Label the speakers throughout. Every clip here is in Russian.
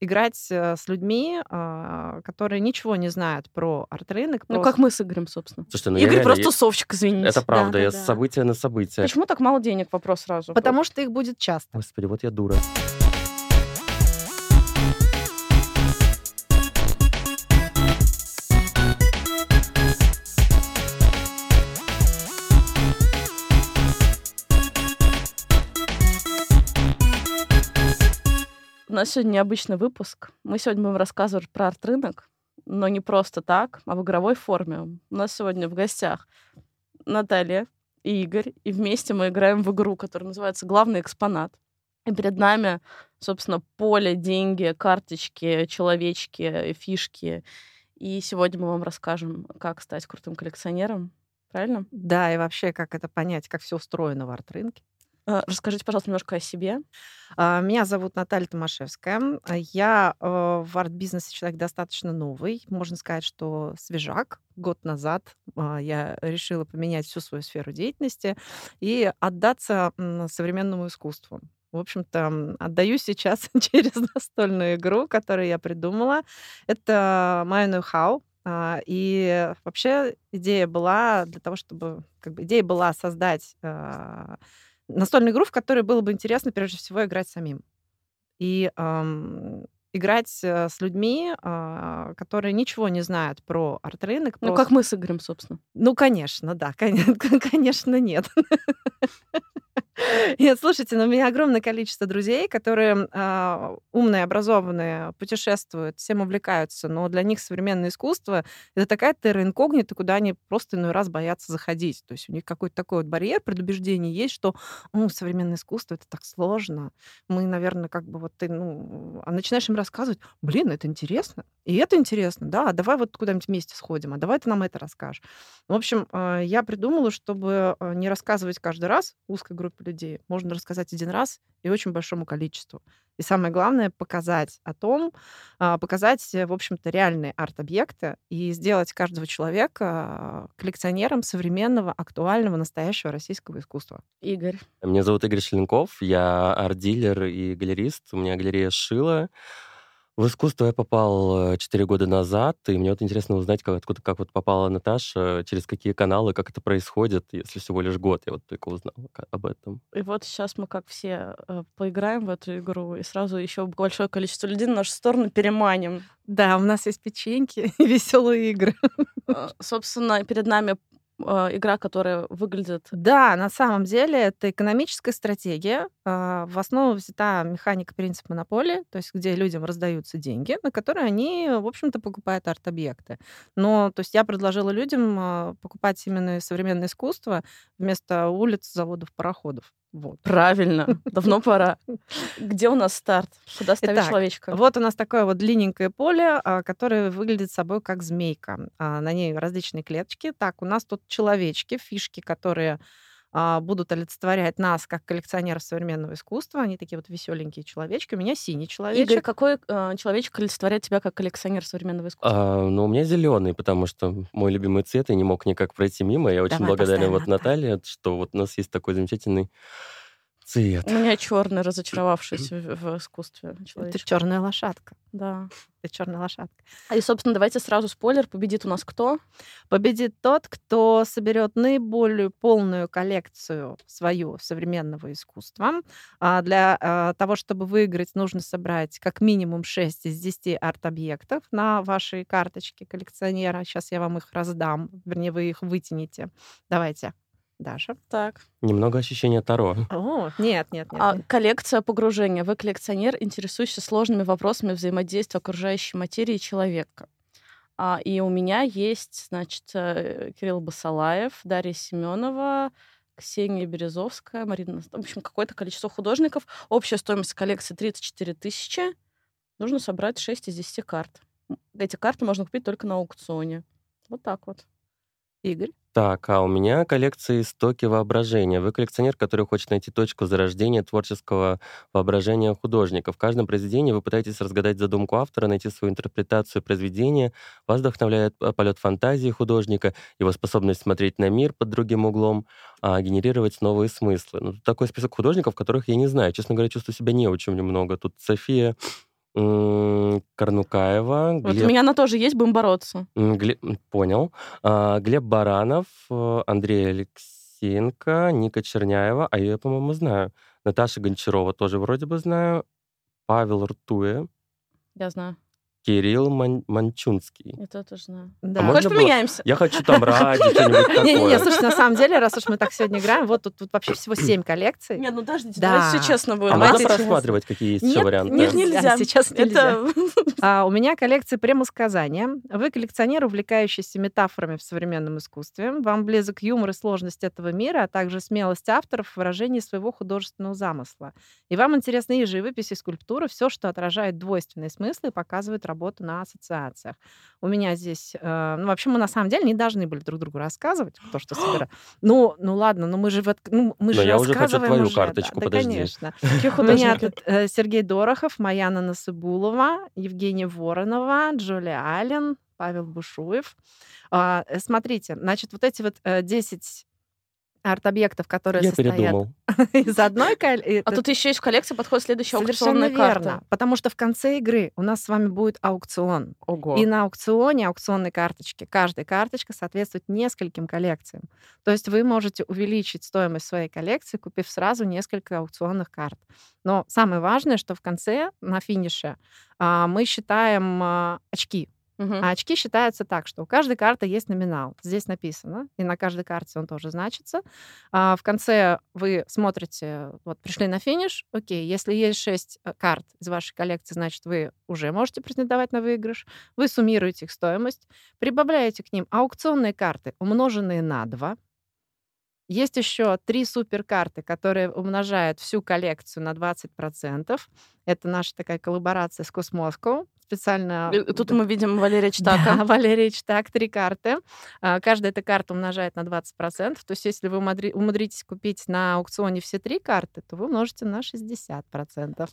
Speaker 1: играть э, с людьми, а, которые ничего не знают про арт-рынок.
Speaker 2: Ну,
Speaker 1: просто-
Speaker 2: как мы с Игорем, собственно.
Speaker 3: Слушайте, ну я
Speaker 2: Игорь
Speaker 3: реально-
Speaker 2: просто тусовщик, извините.
Speaker 3: Это правда,
Speaker 1: да,
Speaker 3: я
Speaker 1: да.
Speaker 3: с события на события.
Speaker 2: Почему так мало денег? Вопрос сразу.
Speaker 1: Потому что их будет часто.
Speaker 3: Господи, вот я дура.
Speaker 2: У нас сегодня необычный выпуск. Мы сегодня будем рассказывать про арт-рынок, но не просто так, а в игровой форме. У нас сегодня в гостях Наталья и Игорь, и вместе мы играем в игру, которая называется «Главный экспонат». И перед нами, собственно, поле, деньги, карточки, человечки, фишки. И сегодня мы вам расскажем, как стать крутым коллекционером. Правильно?
Speaker 1: Да, и вообще, как это понять, как все устроено в арт-рынке.
Speaker 2: Э, Расскажите, пожалуйста, немножко о себе.
Speaker 1: А, Меня зовут Наталья Томашевская. А Я э, в арт-бизнесе человек достаточно новый. Можно сказать, что свежак. Год назад а, я решила поменять всю свою сферу деятельности и отдаться м, современному искусству. В общем-то, м, отдаю сейчас через настольную игру, которую я придумала. Это мое ноу-хау. А, И вообще идея была для того, чтобы... Как бы, идея была создать а, настольную игру, в которой было бы интересно прежде всего играть самим. И эм, играть э, с людьми, а, которые ничего не знают про арт-рынок.
Speaker 2: Ну,
Speaker 1: про-
Speaker 2: как мы с Игорем, собственно.
Speaker 1: ну, конечно, да, кон- конечно, нет. Нет, слушайте, но у меня огромное количество друзей, которые а, умные, образованные, путешествуют, всем увлекаются, но для них современное искусство — это такая терра инкогнита, куда они просто иной раз боятся заходить. То есть у них какой-то такой вот барьер, предубеждение есть, что «М, современное искусство — это так сложно. Мы, наверное, как бы вот ты, ну... А начинаешь им рассказывать, блин, это интересно, и это интересно, да, а давай вот куда-нибудь вместе сходим, а давай ты нам это расскажешь. В общем, э, я придумала, чтобы э, не рассказывать каждый раз узкой группе людей. Можно рассказать один раз и очень большому количеству. И самое главное, показать о том, а, показать, э, в общем-то, реальные арт-объекты и сделать каждого человека э, коллекционером современного, актуального, настоящего российского искусства.
Speaker 2: Игорь.
Speaker 3: Меня зовут Игорь Шеленков, я арт-дилер и галерист. У меня галерея «Шила». В искусство я попал 4 года назад, и мне вот интересно узнать, как, откуда, как вот попала Наташа, через какие каналы, как это происходит, если всего лишь год я вот только узнал к- об этом.
Speaker 2: И вот сейчас мы как все э, поиграем в эту игру, и сразу еще большое количество людей на нашу сторону переманим.
Speaker 1: Да, у нас есть печеньки и веселые игры.
Speaker 2: Э, Собственно, перед нами э, игра, которая выглядит...
Speaker 1: Да, на самом деле это экономическая стратегия. А, В основу взята механика принцип монополии, то есть где людям раздаются деньги, на которые они, в общем-то, покупают арт-объекты. Но, то есть я предложила людям а, покупать именно современное искусство вместо улиц, заводов, пароходов. Вот.
Speaker 2: Правильно, давно пора. Где у нас старт? Куда ставить
Speaker 1: Итак,
Speaker 2: человечка?
Speaker 1: Вот у нас такое вот длинненькое поле, а, которое выглядит собой как змейка. А, На ней различные клеточки. Так, у нас тут человечки, фишки, которые а, будут олицетворять нас как коллекционеров современного искусства. Они такие вот веселенькие человечки. У меня синий человечек.
Speaker 2: Игорь, какой э, человечек олицетворяет тебя как коллекционер современного искусства?
Speaker 3: А, но у меня зеленый, потому что мой любимый цвет, и не мог никак пройти мимо. Я очень
Speaker 1: Давай
Speaker 3: благодарен
Speaker 1: поставим
Speaker 3: вот Наталье, что вот у нас есть такой замечательный цвет.
Speaker 2: У меня черный, разочаровавшийся в, в искусстве
Speaker 1: Это
Speaker 2: человечек.
Speaker 1: черная лошадка.
Speaker 2: Да.
Speaker 1: Это черная лошадка.
Speaker 2: А, И, собственно, давайте сразу спойлер. Победит у нас кто?
Speaker 1: Победит тот, кто соберет наиболее полную коллекцию свою современного искусства. А Для э, того, чтобы выиграть, нужно собрать как минимум 6 из 10 арт-объектов на вашей карточке коллекционера. Сейчас я вам их раздам, вернее, вы их вытянете. Давайте. Даша.
Speaker 2: Так.
Speaker 3: Немного ощущения Таро.
Speaker 1: О, нет, нет, нет.
Speaker 2: А
Speaker 1: нет.
Speaker 2: коллекция погружения. Вы коллекционер, интересующийся сложными вопросами взаимодействия окружающей материи и человека. А, и у меня есть, значит, э, Кирилл Басалаев, Дарья Семенова, Ксения Березовская, Марина... Нас- В общем, какое-то количество художников. Общая стоимость коллекции 34 тысячи. Нужно собрать 6 из 10 карт. М, Эти карты можно купить только на аукционе. Вот так вот.
Speaker 1: Игорь.
Speaker 3: Так, а у меня коллекции «Истоки воображения». Вы коллекционер, который хочет найти точку зарождения творческого воображения художника. В каждом произведении вы пытаетесь разгадать задумку автора, найти свою интерпретацию произведения. Вас вдохновляет э, полет фантазии художника, его способность смотреть на мир под другим углом, а, генерировать новые смыслы. Ну, тут такой список художников, которых я не знаю. Честно говоря, чувствую себя не очень немного. Тут София м, Корнукаева,
Speaker 2: Вот
Speaker 3: Глеб
Speaker 2: у меня она тоже есть, будем бороться.
Speaker 3: М, Гле- м, Понял. А, Глеб Баранов, э, Андрей Алексеенко, Ника Черняева, а я, по-моему, знаю. Наташа Гончарова тоже вроде бы знаю. Павел Ртуя,
Speaker 2: Я знаю.
Speaker 3: Кирилл Ман- Манчунский.
Speaker 2: Это тоже знаю.
Speaker 1: Да.
Speaker 3: можно
Speaker 2: Хочешь,
Speaker 3: было-
Speaker 2: поменяемся?
Speaker 3: Я хочу там ради что-нибудь такое.
Speaker 1: Не-не-не, слушайте, на самом деле, раз уж мы так сегодня играем, вот тут, тут вообще всего семь коллекций.
Speaker 2: Нет, ну подождите,
Speaker 1: Да.
Speaker 2: давайте все честно
Speaker 3: а
Speaker 2: будем.
Speaker 1: Давайте
Speaker 3: можно
Speaker 2: да?
Speaker 1: сейчас.
Speaker 3: просматривать, какие есть еще
Speaker 1: Нет,
Speaker 3: варианты?
Speaker 2: Нет,
Speaker 1: Да.
Speaker 2: нельзя.
Speaker 1: А сейчас нельзя.
Speaker 2: Это...
Speaker 1: А, у меня коллекция прямосказания. Вы коллекционер, увлекающийся метафорами в современном искусстве. Вам близок юмор и сложность этого мира, а также смелость авторов в выражении своего художественного замысла. И вам интересны и живопись, и скульптура, все, что отражает двойственные смыслы и показывает работу на ассоциациях. У меня здесь... э, ну, вообще, мы на самом деле не должны были друг другу рассказывать то, что собира- Ну, ну ладно, но мы же... в отк- ну, мы
Speaker 3: Но
Speaker 1: же
Speaker 3: я уже хочу
Speaker 1: рассказываем
Speaker 3: твою
Speaker 1: уже, да.
Speaker 3: карточку,
Speaker 1: да,
Speaker 3: подожди.
Speaker 1: конечно.
Speaker 2: Какие
Speaker 1: У меня
Speaker 2: художники?
Speaker 1: тут э, Сергей Дорохов, Маяна Насыбулова, Евгения Воронова, Джулия Аллен, Павел Бушуев. А, э, Смотрите, значит, вот эти вот э, 10 арт-объектов, которые
Speaker 3: Я
Speaker 1: состоят
Speaker 3: передумал.
Speaker 1: из одной коллекции.
Speaker 2: А тут еще есть в коллекции подходит следующая
Speaker 1: Совершенно
Speaker 2: аукционная карта.
Speaker 1: верно, потому что в конце игры у нас с вами будет аукцион.
Speaker 2: Ого.
Speaker 1: И на аукционе аукционной карточки каждая карточка соответствует нескольким коллекциям. То есть вы можете увеличить стоимость своей коллекции, купив сразу несколько аукционных карт. Но самое важное, что в конце, на финише, а, мы считаем а, очки.
Speaker 2: Мгм.
Speaker 1: А очки считаются так, что у каждой карты есть номинал. Здесь написано, и на каждой карте он тоже значится. А, в конце вы смотрите, вот пришли на финиш, окей, если есть шесть э, карт из вашей коллекции, значит, вы уже можете претендовать на выигрыш. Вы суммируете их стоимость, прибавляете к ним аукционные карты, умноженные на 2. Есть еще три суперкарты, которые умножают всю коллекцию на 20%. Это наша такая коллаборация с Космоско. Специально...
Speaker 2: И Э, Тут мы видим Валерия Чтака.
Speaker 1: А, э, Да, Валерий Чтак, три карты. А, Каждая эта карта умножает на 20%. То есть, если вы умудри- умудритесь купить на аукционе все три карты, то вы умножите на 60%.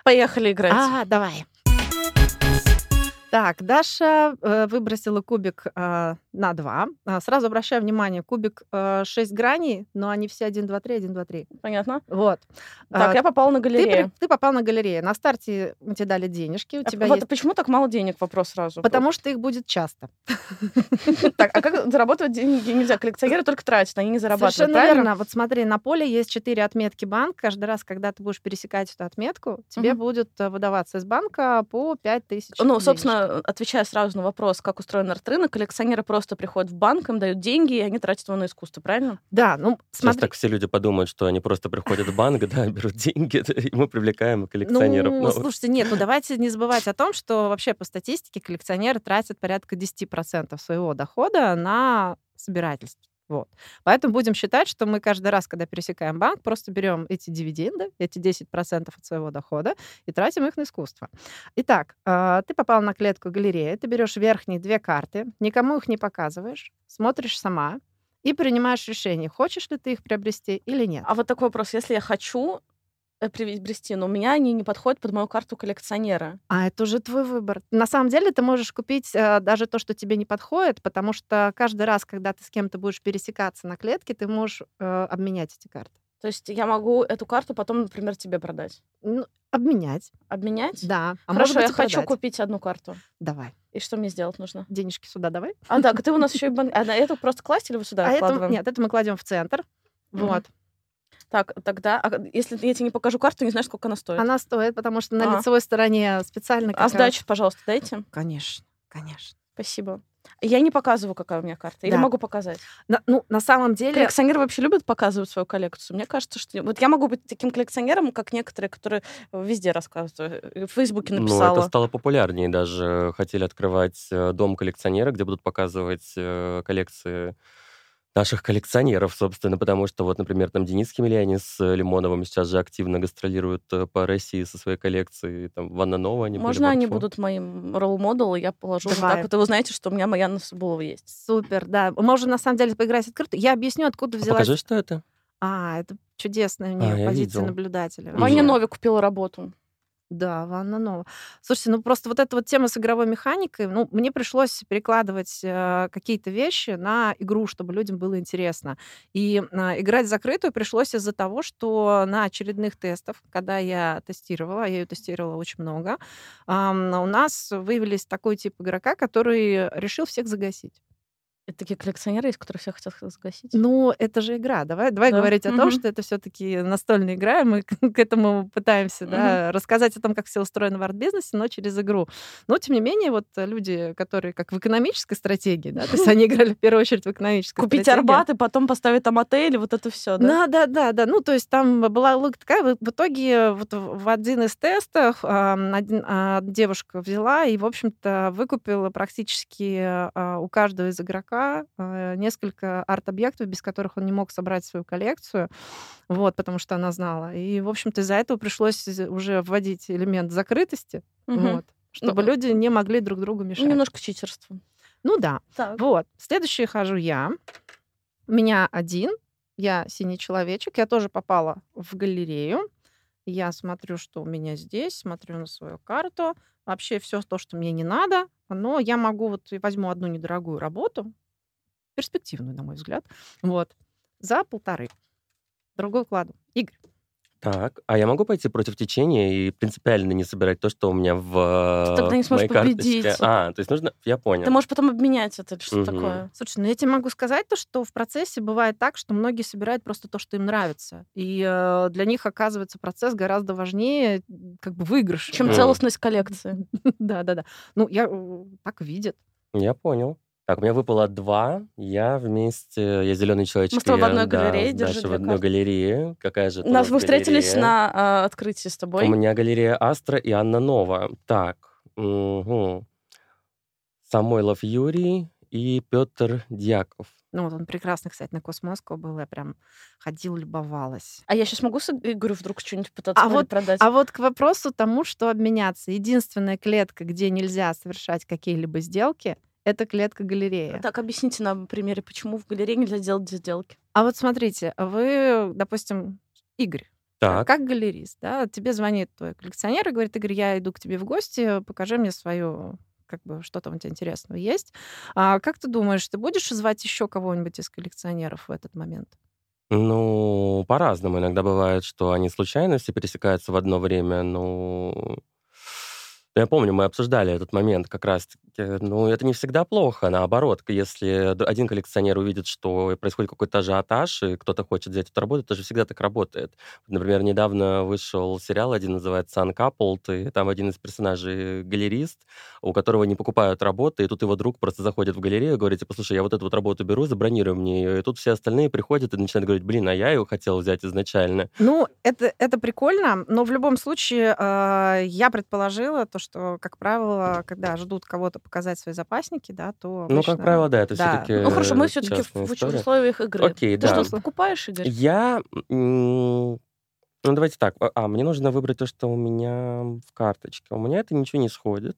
Speaker 2: Поехали играть.
Speaker 1: А, давай. Так, Даша э, выбросила кубик э, на 2. сразу обращаю внимание, кубик 6 граней, но они все 1, 2, 3, 1, 2, 3.
Speaker 2: Понятно?
Speaker 1: Вот.
Speaker 2: Так,
Speaker 1: А,
Speaker 2: я попала на
Speaker 1: ты,
Speaker 2: галерею.
Speaker 1: при- ты попал на галерею. На старте мы тебе дали денежки, у
Speaker 2: А
Speaker 1: тебя
Speaker 2: вот
Speaker 1: есть...
Speaker 2: Почему так мало денег? Вопрос сразу.
Speaker 1: Потому что их будет часто.
Speaker 2: Так, а как зарабатывать деньги нельзя? Коллекционеры только тратят, они не зарабатывают,
Speaker 1: Совершенно
Speaker 2: правильно?
Speaker 1: верно. Вот смотри, на поле есть четыре отметки банк. Каждый раз, когда ты будешь пересекать эту отметку, тебе
Speaker 2: Мгм.
Speaker 1: будет э, выдаваться из банка по 5000 тысяч.
Speaker 2: Ну, собственно, отвечая сразу на вопрос, как устроен арт-рынок, коллекционеры просто приходят в банк, им дают деньги, и они тратят его на искусство, правильно?
Speaker 1: Да, ну,
Speaker 3: Сейчас
Speaker 1: смотри.
Speaker 3: так все люди подумают, что они просто приходят в банк, да, берут деньги, и мы привлекаем коллекционеров.
Speaker 1: Ну,
Speaker 3: новых.
Speaker 1: слушайте, нет, ну давайте не забывать о том, что вообще по статистике коллекционеры тратят порядка 10% своего дохода на собирательство. Вот. Поэтому будем считать, что мы каждый раз, когда пересекаем банк, просто берем эти дивиденды, эти 10% от своего дохода и тратим их на искусство. Итак, а, ты попал на клетку галереи, ты берешь верхние две карты, никому их не показываешь, смотришь сама и принимаешь решение, хочешь ли ты их приобрести или нет.
Speaker 2: А вот такой вопрос. Если я хочу э, приобрести, но у меня они не подходят под мою карту коллекционера.
Speaker 1: А это уже твой выбор. На самом деле ты можешь купить э, даже то, что тебе не подходит, потому что каждый раз, когда ты с кем-то будешь пересекаться на клетке, ты можешь э, обменять эти карты.
Speaker 2: То есть я могу эту карту потом, например, тебе продать.
Speaker 1: Ну, обменять,
Speaker 2: обменять?
Speaker 1: да. А может
Speaker 2: Хорошо, я
Speaker 1: быть, и
Speaker 2: хочу
Speaker 1: продать.
Speaker 2: купить одну карту.
Speaker 1: Давай,
Speaker 2: И что мне сделать нужно?
Speaker 1: денежки сюда давай.
Speaker 2: А, да, ты у нас еще и банк. А на эту просто класть или вы сюда
Speaker 1: а это,
Speaker 2: вкладываем?
Speaker 1: нет, это мы кладем в центр.
Speaker 2: Мгм.
Speaker 1: Вот.
Speaker 2: Так, тогда, а если я тебе не покажу карту, не знаешь, сколько она стоит.
Speaker 1: Она стоит, потому что на
Speaker 2: А.
Speaker 1: лицевой стороне специально... как
Speaker 2: А
Speaker 1: раз-
Speaker 2: сдачу, пожалуйста, дайте.
Speaker 1: Конечно, конечно.
Speaker 2: Спасибо. Я не показываю, какая у меня карта. Или
Speaker 1: Да.
Speaker 2: могу показать?
Speaker 1: На- ну, на самом деле...
Speaker 2: Коллекционеры вообще любят показывать свою коллекцию. Мне кажется, что... Вот я могу быть таким коллекционером, как некоторые, которые везде рассказывают. И В Фейсбуке
Speaker 3: Ну, это
Speaker 2: написала.
Speaker 3: стало популярнее даже. Хотели открывать э, дом коллекционера, где будут показывать э, коллекции наших коллекционеров, собственно, потому что вот, например, там Денис Химельяни с э, Лимоновым сейчас же активно гастролируют э, по России со своей коллекцией, там, Ванна Нова они были,
Speaker 2: Можно они
Speaker 3: Марфо.
Speaker 2: будут моим ролл-моделом, и я положу вот
Speaker 1: Давай.
Speaker 2: так вот. И вы знаете, что у меня моя Насыбулова есть.
Speaker 1: Супер, да. Можно на самом деле поиграть открыто. Я объясню, откуда
Speaker 3: А
Speaker 1: взялась.
Speaker 3: покажи, что это?
Speaker 1: А, это чудесная у
Speaker 3: А,
Speaker 1: нее
Speaker 3: я
Speaker 1: позиция
Speaker 3: видел.
Speaker 1: наблюдателя.
Speaker 3: Мгм.
Speaker 2: Ваня Нови купила работу.
Speaker 1: Да, ванна новая. Слушайте, ну просто вот эта вот тема с игровой механикой, ну, мне пришлось перекладывать э, какие-то вещи на игру, чтобы людям было интересно. И э, играть в закрытую пришлось из-за того, что на очередных тестах, когда я тестировала, я ее тестировала очень много, э, у нас выявились такой тип игрока, который решил всех загасить.
Speaker 2: Это такие коллекционеры есть, которые все хотят загасить?
Speaker 1: Ну, это же игра. Давай, давай
Speaker 2: Да.
Speaker 1: говорить о том,
Speaker 2: Мгм.
Speaker 1: что это все-таки настольная игра, и мы к этому пытаемся да, рассказать о том, как все устроено в арт-бизнесе, но через игру. Но, тем не менее, вот э, люди, которые как в экономической стратегии, да, то есть они играли в первую очередь в а экономическую
Speaker 2: Купить
Speaker 1: стратегию.
Speaker 2: арбат и потом поставить там отель, и вот это все, да?
Speaker 1: Да, да, да, да. Ну, то есть там была логика такая. В в итоге вот в в один из тестов ам, один- а, девушка взяла и, в общем-то, выкупила практически а, у каждого из игрока а, несколько арт-объектов, без которых он не мог собрать свою коллекцию. Вот, потому что она знала. И, в общем-то, из-за этого пришлось из- уже вводить элемент закрытости,
Speaker 2: Мгм.
Speaker 1: вот, чтобы
Speaker 2: Ну,
Speaker 1: люди не могли друг другу мешать.
Speaker 2: Немножко читерство.
Speaker 1: Ну да.
Speaker 2: Так.
Speaker 1: Вот. Следующий хожу я. У меня один. Я синий человечек. Я тоже попала в галерею. Я смотрю, что у меня здесь, смотрю на свою карту. Вообще все то, что мне не надо. Но я могу вот и возьму одну недорогую работу, перспективную, на мой взгляд, вот, за полторы. Другой кладу. Игорь.
Speaker 3: Так, а я могу пойти против течения и принципиально не собирать то, что у меня в
Speaker 2: Ты тогда не
Speaker 3: э, моей
Speaker 2: сможешь
Speaker 3: карточке?
Speaker 2: победить.
Speaker 3: А, то есть нужно... Я понял.
Speaker 2: Ты можешь потом обменять это или что
Speaker 3: Мгм.
Speaker 2: такое.
Speaker 1: Слушай, ну я тебе могу сказать то, что в процессе бывает так, что многие собирают просто то, что им нравится. И э, для них оказывается процесс гораздо важнее, как бы выигрыш.
Speaker 2: Чем
Speaker 3: Мгм.
Speaker 2: целостность коллекции.
Speaker 1: Да, да, да. Ну, я э, так видят.
Speaker 3: Я понял. Так, у меня выпало два. Я вместе... Я зеленый человечек.
Speaker 2: Мы с тобой в
Speaker 3: я-
Speaker 2: одной
Speaker 3: да,
Speaker 2: галерее
Speaker 3: Даша
Speaker 2: держи
Speaker 3: в
Speaker 2: две
Speaker 3: одной
Speaker 2: карты.
Speaker 3: галерее. Какая же это у
Speaker 2: Нас
Speaker 3: нас
Speaker 2: мы встретились
Speaker 3: галерея?
Speaker 2: на э, открытии с тобой.
Speaker 3: У меня галерея Астра и Анна Нова. Так, мгм. Самойлов Юрий и Петр Дьяков.
Speaker 1: Ну, вот он прекрасный, кстати, на Космоску был. Я прям ходила, любовалась.
Speaker 2: А я сейчас могу с Игорю вдруг что-нибудь пытаться
Speaker 1: А
Speaker 2: Оле
Speaker 1: вот-
Speaker 2: продать?
Speaker 1: А вот к вопросу тому, что обменяться. Единственная клетка, где нельзя совершать какие-либо сделки, это клетка
Speaker 3: Э.
Speaker 1: галерея.
Speaker 2: Так, объясните нам на примере, почему в галерее нельзя делать сделки.
Speaker 1: А вот смотрите, вы, допустим, Игорь,
Speaker 3: Так,
Speaker 1: Э, Как галерист, да, тебе звонит твой коллекционер и говорит, Игорь, я иду к тебе в гости, покажи мне свою как бы что там у тебя интересного есть. А как ты думаешь, ты будешь звать еще кого-нибудь из коллекционеров в этот момент?
Speaker 3: ну, по-разному. Иногда бывает, что они случайно все пересекаются в одно время, ну... Я помню, мы обсуждали этот момент как раз-таки. Ну, это не всегда плохо, наоборот. Если д- один коллекционер увидит, что происходит какой-то ажиотаж, и кто-то хочет взять эту работу, это же всегда так работает. Например, недавно вышел сериал один, называется «Uncoupled», и там один из персонажей галерист, у которого не покупают работы, и тут его друг просто заходит в галерею и говорит, типа, слушай, я вот эту вот работу беру, забронируй мне ее. И тут все остальные приходят и начинают говорить, блин, а я ее хотел взять изначально.
Speaker 1: Ну, это, это прикольно, но в любом случае э, я предположила то, что, как правило, когда ждут кого-то показать свои запасники, да, то
Speaker 3: Ну,
Speaker 1: обычно-
Speaker 3: как правило, да, это
Speaker 1: Да.
Speaker 3: все-таки
Speaker 2: Ну хорошо, мы все-таки в, в условиях игры.
Speaker 3: Э, Окей,
Speaker 2: Ты
Speaker 3: да.
Speaker 2: что-то покупаешь, Игорь?
Speaker 3: Я... м, Ну, давайте так. А, а, мне нужно выбрать то, что у меня в карточке. У меня это ничего не сходит.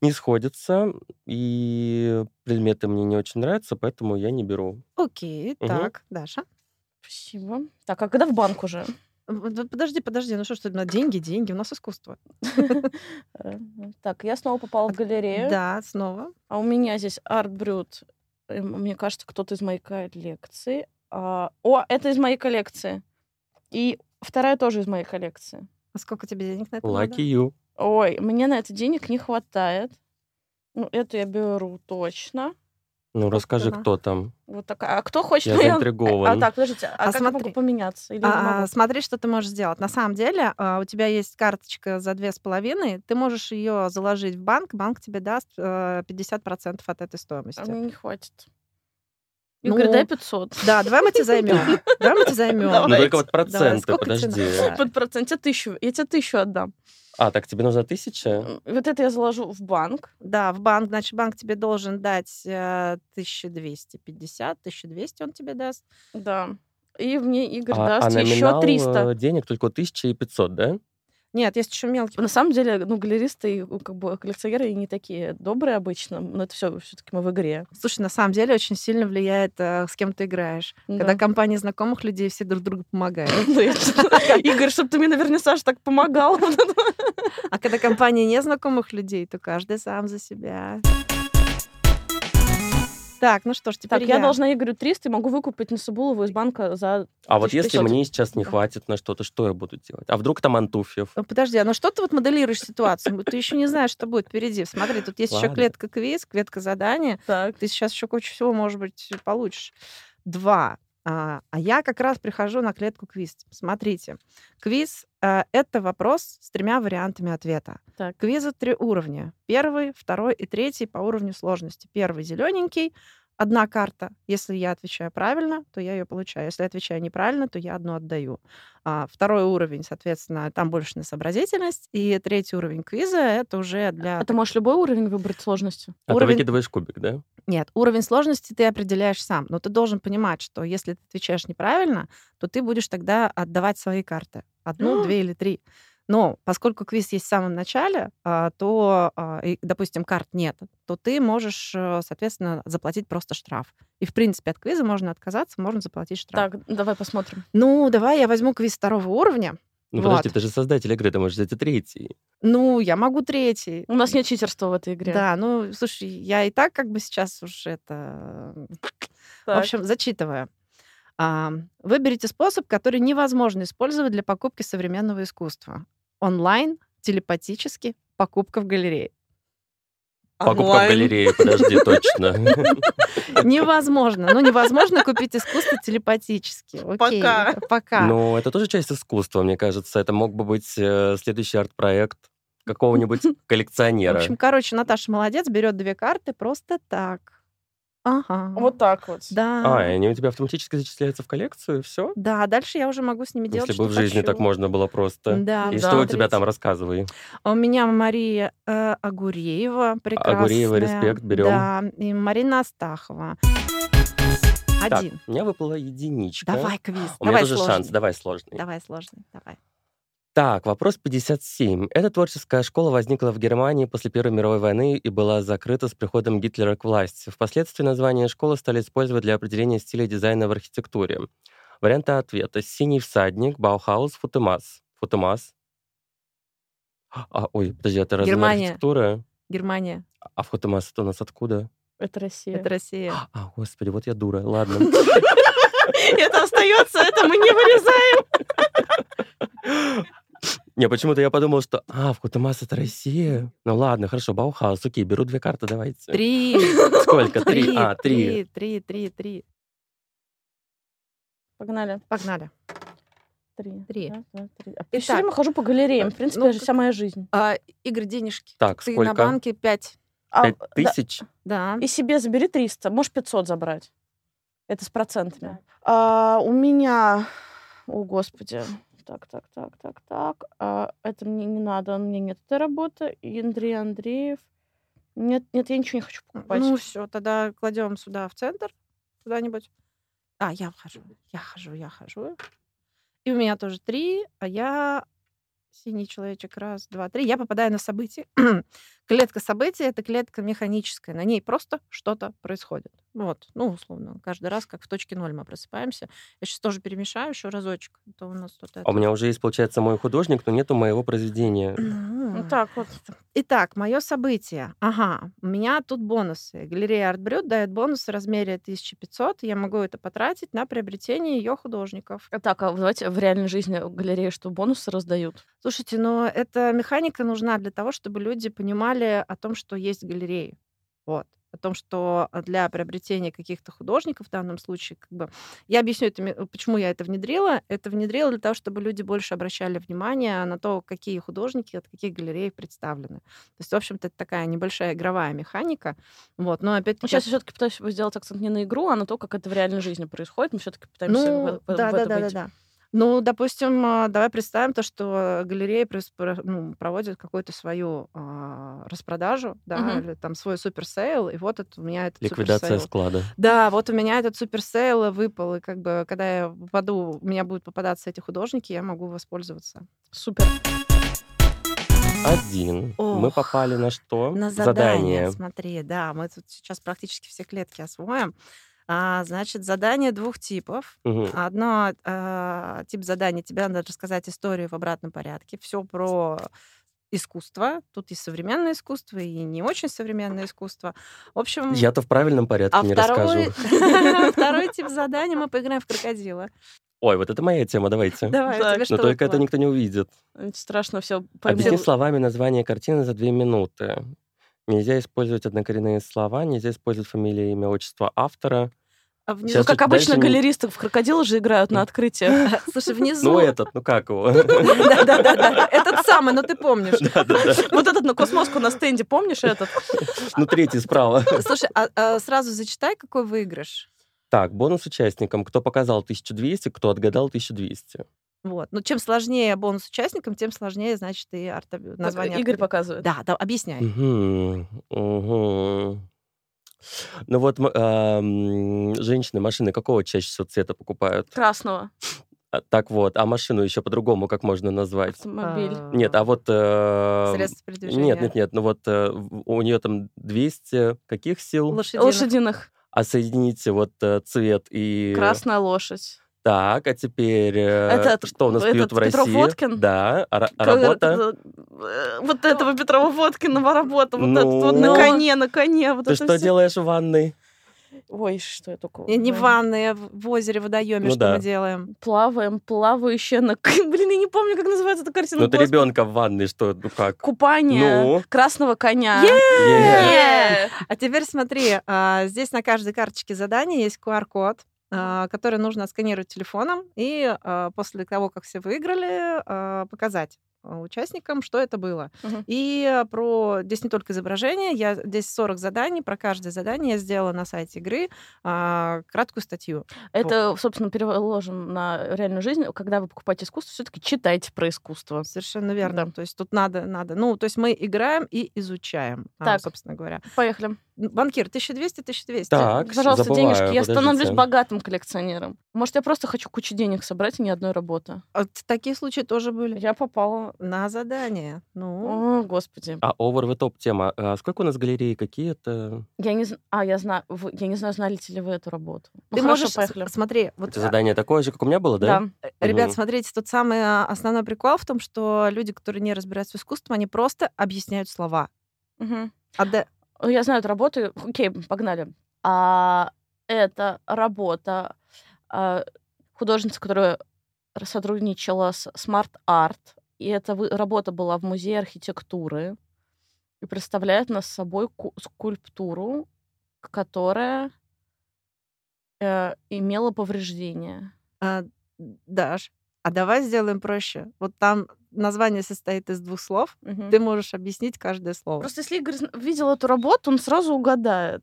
Speaker 3: Не сходится. И предметы мне не очень нравятся, поэтому я не беру.
Speaker 1: Окей,
Speaker 3: Мгм.
Speaker 1: так, Даша.
Speaker 2: Спасибо. Так, а когда в банк уже?
Speaker 1: Вот Подожди, подожди, ну что, что на деньги, деньги, у нас искусство.
Speaker 2: Э, Так, я снова попала в галерею.
Speaker 1: Да, снова.
Speaker 2: А у меня здесь Art Brut. Э, Мне кажется, кто-то из моей коллекции. А, О, это из моей коллекции. И вторая тоже из моей коллекции.
Speaker 1: А сколько тебе денег на это
Speaker 2: Ну
Speaker 1: надо?
Speaker 3: Lucky you.
Speaker 2: Ой, мне на это денег не хватает. Ну, эту я беру точно.
Speaker 3: Ну, расскажи,
Speaker 1: да.
Speaker 3: кто там.
Speaker 2: Вот такая. А кто хочет?
Speaker 3: Я
Speaker 2: ну,
Speaker 3: заинтригован.
Speaker 2: А, так, подождите, а,
Speaker 1: А
Speaker 2: как я могу
Speaker 1: смотри.
Speaker 2: поменяться? Или
Speaker 1: А,
Speaker 2: могу?
Speaker 1: смотри, что ты можешь сделать. На самом деле, а, у тебя есть карточка за две с половиной, ты можешь ее заложить в банк, банк тебе даст э, 50% от этой
Speaker 2: А
Speaker 1: стоимости.
Speaker 2: мне не хватит.
Speaker 1: Ну,
Speaker 2: Игорь, дай 500.
Speaker 1: Да, давай мы тебя займем. Давай мы тебя
Speaker 3: Ну,
Speaker 1: займем.
Speaker 2: Давай.
Speaker 3: только вот
Speaker 1: Давайте.
Speaker 3: проценты,
Speaker 1: Сколько цена?
Speaker 3: подожди.
Speaker 1: Да.
Speaker 2: Под процент. Я тысячу. Я тебе тысячу отдам.
Speaker 3: А, так тебе нужна тысяча?
Speaker 2: М, Вот это я заложу в банк.
Speaker 1: Да, в банк, значит, банк тебе должен дать э, 1250, 1200 он тебе даст.
Speaker 2: Да. И мне Игорь
Speaker 3: А,
Speaker 2: даст
Speaker 3: а номинал,
Speaker 2: еще 300.
Speaker 3: э, денег только тысяча и пятьсот, да?
Speaker 1: Нет, есть еще мелкие.
Speaker 2: На самом деле, ну, галеристы и ну, как бы коллекционеры и не такие добрые обычно, но это все все-таки мы в игре.
Speaker 1: Слушай, на самом деле очень сильно влияет, э, с кем ты играешь. Когда
Speaker 2: Ну Да.
Speaker 1: компания знакомых людей все друг другу помогают.
Speaker 2: Ну, я- Игорь, чтобы ты мне, наверное, Саша так помогал.
Speaker 1: А когда компания незнакомых людей, то каждый сам за себя. Так, ну что ж, теперь
Speaker 2: Так, я должна Игорю 300 и могу выкупить Насыбулову из банка за...
Speaker 3: А вот
Speaker 2: Тысяча
Speaker 3: если
Speaker 2: пятьсот.
Speaker 3: мне сейчас не
Speaker 2: Да.
Speaker 3: хватит на что-то, что я буду делать? А вдруг там Антуфьев?
Speaker 1: Э, Подожди, а ну что ты вот моделируешь ситуацию? Ты еще не знаешь, что будет впереди. Смотри, тут есть еще
Speaker 3: Ладно.
Speaker 1: клетка квиз, клетка задания.
Speaker 2: Так.
Speaker 1: Ты сейчас еще кучу всего, может быть, получишь. Два. А, а я как раз прихожу на клетку квиз. Смотрите, квиз э, это вопрос с тремя вариантами ответа.
Speaker 2: Так.
Speaker 1: Квиза три уровня. Первый, второй и третий по уровню сложности. Первый зелененький, одна карта. Если я отвечаю правильно, то я ее получаю. Если я отвечаю неправильно, то я одну отдаю. А, второй уровень, соответственно, там больше на сообразительность. И третий уровень квиза это уже для
Speaker 2: А ты можешь любой уровень выбрать сложностью?
Speaker 3: А ты
Speaker 1: Уровень-
Speaker 3: выкидываешь кубик, да?
Speaker 1: нет, уровень сложности ты определяешь сам, но ты должен понимать, что если ты отвечаешь неправильно, то ты будешь тогда отдавать свои карты. Одну, две или три. Но поскольку квиз есть в самом начале, а, то, а, и, допустим, карт нет, то ты можешь, э, соответственно, заплатить просто штраф. И, в принципе, от квиза можно отказаться, можно заплатить штраф.
Speaker 2: Так, давай посмотрим.
Speaker 1: Ну, давай я возьму квиз второго уровня.
Speaker 3: Ну
Speaker 1: Вот.
Speaker 3: подожди, ты же создатель игры, ты можешь взять и третий.
Speaker 1: Ну, я могу третий.
Speaker 2: У нас нет читерства в этой игре.
Speaker 1: Да, ну, слушай, я и так как бы сейчас уж это В
Speaker 2: Так.
Speaker 1: общем, зачитываю. А, Выберите способ, который невозможно использовать для покупки современного искусства. Онлайн, телепатически, покупка в галерее.
Speaker 3: Покупка в галерее, подожди, точно.
Speaker 1: Невозможно. Ну, невозможно купить искусство телепатически. Окей,
Speaker 2: Пока.
Speaker 1: Пока.
Speaker 3: Но это тоже часть искусства, мне кажется. Это мог бы быть э, следующий арт-проект какого-нибудь
Speaker 1: В
Speaker 3: коллекционера.
Speaker 1: общем, короче, Наташа молодец, берет две карты просто так. Ага.
Speaker 2: так вот.
Speaker 1: Да.
Speaker 3: А, и они у тебя автоматически зачисляются в коллекцию, и все?
Speaker 1: Да, дальше я уже могу с ними делать,
Speaker 3: Если бы
Speaker 1: что
Speaker 3: в жизни так
Speaker 1: хочу.
Speaker 3: можно было просто.
Speaker 1: А, Да,
Speaker 3: И
Speaker 2: да.
Speaker 3: что у тебя
Speaker 1: смотрите.
Speaker 3: там, рассказывай.
Speaker 1: А У меня Мария э, Агуреева, прекрасная.
Speaker 3: Агуреева, респект, берем.
Speaker 1: Да, и Марина Астахова.
Speaker 3: Так,
Speaker 1: Один.
Speaker 3: у меня выпала единичка.
Speaker 1: Давай квиз.
Speaker 3: У меня
Speaker 1: давай
Speaker 3: тоже
Speaker 1: сложный.
Speaker 3: шанс, давай сложный.
Speaker 1: Давай сложный, давай.
Speaker 3: Так, вопрос 57. Эта творческая школа возникла в Германии после Первой мировой войны и была закрыта с приходом Гитлера к власти. Впоследствии название школы стали использовать для определения стиля дизайна в архитектуре. Варианты ответа. Синий всадник, Баухаус, Футемас. Футемас. А, ой, подожди, это разве не
Speaker 1: Германия.
Speaker 3: архитектура?
Speaker 1: Германия,
Speaker 3: А Футемас это у нас откуда?
Speaker 2: Это Россия.
Speaker 1: это Россия.
Speaker 3: А, господи, вот я дура, ладно.
Speaker 2: Это остается, это мы не вырезаем.
Speaker 3: Не, почему-то я подумал, что, а, Футемас это Россия. Ну ладно, хорошо, Баухаус, окей, беру две карты, давайте.
Speaker 1: Три.
Speaker 3: Сколько? Три. А, три.
Speaker 1: Три, три, три, три.
Speaker 2: Погнали.
Speaker 1: Погнали.
Speaker 2: Три.
Speaker 1: Три.
Speaker 2: Раз, два, три. А Я все
Speaker 1: Итак.
Speaker 2: время хожу по галереям. В принципе,
Speaker 1: Ну,
Speaker 2: это же вся моя жизнь.
Speaker 1: А, Игорь, денежки.
Speaker 3: Так,
Speaker 1: Ты
Speaker 3: сколько?
Speaker 1: на банке пять.
Speaker 2: А,
Speaker 3: Пять
Speaker 2: да,
Speaker 3: тысяч?
Speaker 1: Да.
Speaker 2: И себе забери 300, можешь 500 забрать. Это с процентами. А, у меня... О, господи. Так, так, так, так, так. А, это мне не надо, у меня нет этой работы. И Андрей Андреев. Нет, нет, я ничего не хочу покупать.
Speaker 1: Ну все, тогда кладем сюда в центр куда-нибудь. А, я хожу, я хожу, я хожу. И у меня тоже три, а я синий человечек, раз, два, три. Я попадаю на событие. клетка событий — это клетка механическая. На ней просто что-то происходит. Вот, ну, условно, каждый раз, как в точке ноль мы просыпаемся. Я сейчас тоже перемешаю еще разочек. а То у нас тут это.
Speaker 3: А у меня уже есть, получается, мой художник, но нету моего произведения.
Speaker 1: Ну,
Speaker 2: Ну, так вот.
Speaker 1: Итак, мое событие. Ага, у меня тут бонусы. Галерея Артбрют дает бонусы в размере 1500. и Я могу это потратить на приобретение ее художников.
Speaker 2: Так, а давайте в реальной жизни галереи что, бонусы раздают?
Speaker 1: Слушайте, но эта механика нужна для того, чтобы люди понимали о том, что есть галереи. Вот. О том, что а, для приобретения каких-то художников в данном случае, как бы, я объясню, это, ме- почему я это внедрила. Это внедрила для того, чтобы люди больше обращали внимание на то, какие художники от каких галерей представлены. То есть, в общем-то, это такая небольшая игровая механика. Вот. Но опять-таки...
Speaker 2: Сейчас я все-таки пытаюсь сделать акцент не на игру, а на то, как это в реальной жизни происходит. Мы все-таки пытаемся
Speaker 1: Ну,
Speaker 2: в, в- в
Speaker 1: да, да,
Speaker 2: это
Speaker 1: да, да,
Speaker 2: выйти.
Speaker 1: да. Ну, допустим, а, давай представим то, что э, галерея прос- про- ну, проводит какую-то свою а, распродажу, да,
Speaker 2: Мгм.
Speaker 1: или там свой суперсейл, и вот это у меня этот
Speaker 3: Ликвидация
Speaker 1: суперсейл.
Speaker 3: склада.
Speaker 1: Да, вот у меня этот суперсейл выпал, и как бы, когда я попаду, у меня будут попадаться эти художники, я могу воспользоваться.
Speaker 2: Супер.
Speaker 3: один. Мы
Speaker 1: Ох,
Speaker 3: попали на
Speaker 2: Ну,
Speaker 3: что?
Speaker 1: На задание. Смотри, да, мы тут сейчас практически все клетки освоим. А, значит, задание двух типов.
Speaker 3: Мгм.
Speaker 1: Одно а, тип задания тебе надо рассказать историю в обратном порядке. Все про искусство. Тут и современное искусство, и не очень современное искусство. В общем,
Speaker 3: Я-то в правильном порядке
Speaker 1: а
Speaker 3: не
Speaker 1: второй,
Speaker 3: расскажу.
Speaker 1: второй тип задания мы поиграем в крокодила.
Speaker 3: Ой, вот это моя тема, давайте.
Speaker 1: Давай, у
Speaker 2: Так,
Speaker 1: тебя что
Speaker 3: Но только это
Speaker 1: выпало?
Speaker 3: никто не увидит.
Speaker 2: Страшно все
Speaker 3: Объясни А словами название картины за две минуты. Нельзя использовать однокоренные слова, нельзя использовать фамилию, имя, отчество автора.
Speaker 1: А внизу-
Speaker 2: Ну,
Speaker 3: Сейчас
Speaker 2: как
Speaker 3: тут
Speaker 2: обычно,
Speaker 3: дальше не-
Speaker 2: галеристы в крокодилы же играют на открытие.
Speaker 1: Слушай, внизу...
Speaker 3: Ну, этот, ну как его?
Speaker 1: Да-да-да, этот самый, но ты помнишь.
Speaker 3: Да-да-да.
Speaker 2: Вот этот на космоску на стенде, помнишь этот?
Speaker 3: Ну, третий справа.
Speaker 1: Слушай, а, а сразу зачитай, какой выигрыш.
Speaker 3: Так, бонус участникам. Кто показал 1200, кто отгадал 1200.
Speaker 1: Вот. Ну, чем сложнее бонус участникам, тем сложнее, значит, и арт э,
Speaker 3: э,
Speaker 1: название.
Speaker 2: Игорь
Speaker 1: арт-объекта.
Speaker 2: показывает.
Speaker 1: Да, да, объясняй.
Speaker 3: Мгм, мгм. Ну вот м- ам, женщины машины какого чаще всего цвета покупают?
Speaker 2: Красного
Speaker 3: А, Так вот, а машину еще по-другому как можно назвать?
Speaker 2: автомобиль.
Speaker 1: А,
Speaker 3: Нет, а вот... э,
Speaker 1: Средства передвижения.
Speaker 3: Нет, нет, нет. Ну вот э, в- у нее там 200 каких сил?
Speaker 1: Лошадиных.
Speaker 2: Лошадиных.
Speaker 3: А соедините вот э, цвет и...
Speaker 2: Красная лошадь.
Speaker 3: Так, а теперь э,
Speaker 2: Этот,
Speaker 3: что у нас
Speaker 2: этот
Speaker 3: пьют в России?
Speaker 2: Петров Водкин?
Speaker 3: Да, а ра- а
Speaker 2: Как-
Speaker 3: работа.
Speaker 2: э, Вот этого Петрова Водкинова работа. Вот
Speaker 3: Ну.
Speaker 2: этот вот на коне, на коне. вот
Speaker 3: Ты
Speaker 2: это
Speaker 3: что
Speaker 2: всё.
Speaker 3: делаешь в ванной?
Speaker 2: Ой, что я только...
Speaker 1: Не, не в
Speaker 2: Ой.
Speaker 1: ванной, а в в озере, в водоеме,
Speaker 3: Ну
Speaker 1: что
Speaker 3: да.
Speaker 1: мы делаем.
Speaker 2: Плаваем, плавающая на... к- Блин, я не помню, как называется эта картина.
Speaker 3: Ну ты
Speaker 2: Господи.
Speaker 3: ребенка в ванной, что, ну как?
Speaker 2: Купание
Speaker 3: Ну?
Speaker 2: красного коня. Э.
Speaker 3: Е.
Speaker 2: Е.
Speaker 1: А теперь смотри, а, здесь на каждой карточке задания есть QR-код, а, который нужно отсканировать телефоном и а, после того, как все выиграли, а, показать а, участникам, что это было.
Speaker 2: Мгм.
Speaker 1: И а, про здесь не только изображение, я здесь 40 заданий, про каждое задание я сделала на сайте игры а, краткую статью.
Speaker 2: Это, собственно, переложим на реальную жизнь. Когда вы покупаете искусство, все-таки читайте про искусство.
Speaker 1: Совершенно верно.
Speaker 2: Да.
Speaker 1: То есть тут надо, надо. Ну, то есть мы играем и изучаем, а,
Speaker 2: Так.
Speaker 1: собственно говоря. Поехали.
Speaker 2: Поехали.
Speaker 1: Банкир, 1200-1200.
Speaker 3: Так,
Speaker 2: Пожалуйста,
Speaker 3: забываю,
Speaker 2: денежки. Я становлюсь
Speaker 3: подождите.
Speaker 2: богатым коллекционером. Может, я просто хочу кучу денег собрать и ни одной работы.
Speaker 1: А, т- Такие случаи тоже были.
Speaker 2: Я попала.
Speaker 1: На задание. Ну,
Speaker 2: О, господи.
Speaker 3: А over the top тема. А сколько у нас галереи? Какие это?
Speaker 2: Я не, зн- а, я, знаю, вы- я не знаю, знаете ли вы эту работу. Ну,
Speaker 1: ты
Speaker 2: хорошо,
Speaker 1: можешь... с-
Speaker 2: поехали.
Speaker 1: Смотри, вот,
Speaker 2: а
Speaker 3: Это задание такое же, как у меня было, да?
Speaker 1: э, ребят,
Speaker 3: Мгм.
Speaker 1: смотрите, тут самый а, основной прикол в том, что люди, которые не разбираются в искусстве, они просто объясняют слова.
Speaker 2: Мгм.
Speaker 1: А да-
Speaker 2: Ну, Я знаю эту работу. Окей, погнали. А это работа а, художницы, которая сотрудничала с Smart Art. И эта вы- работа была в музее архитектуры. И представляет нас собой ку- скульптуру, которая э, имела повреждения.
Speaker 1: а, Даш, а давай сделаем проще. Вот там название состоит из двух слов,
Speaker 2: Мгм.
Speaker 1: ты можешь объяснить каждое слово.
Speaker 2: Просто если Игорь зн- видел эту работу, он сразу угадает.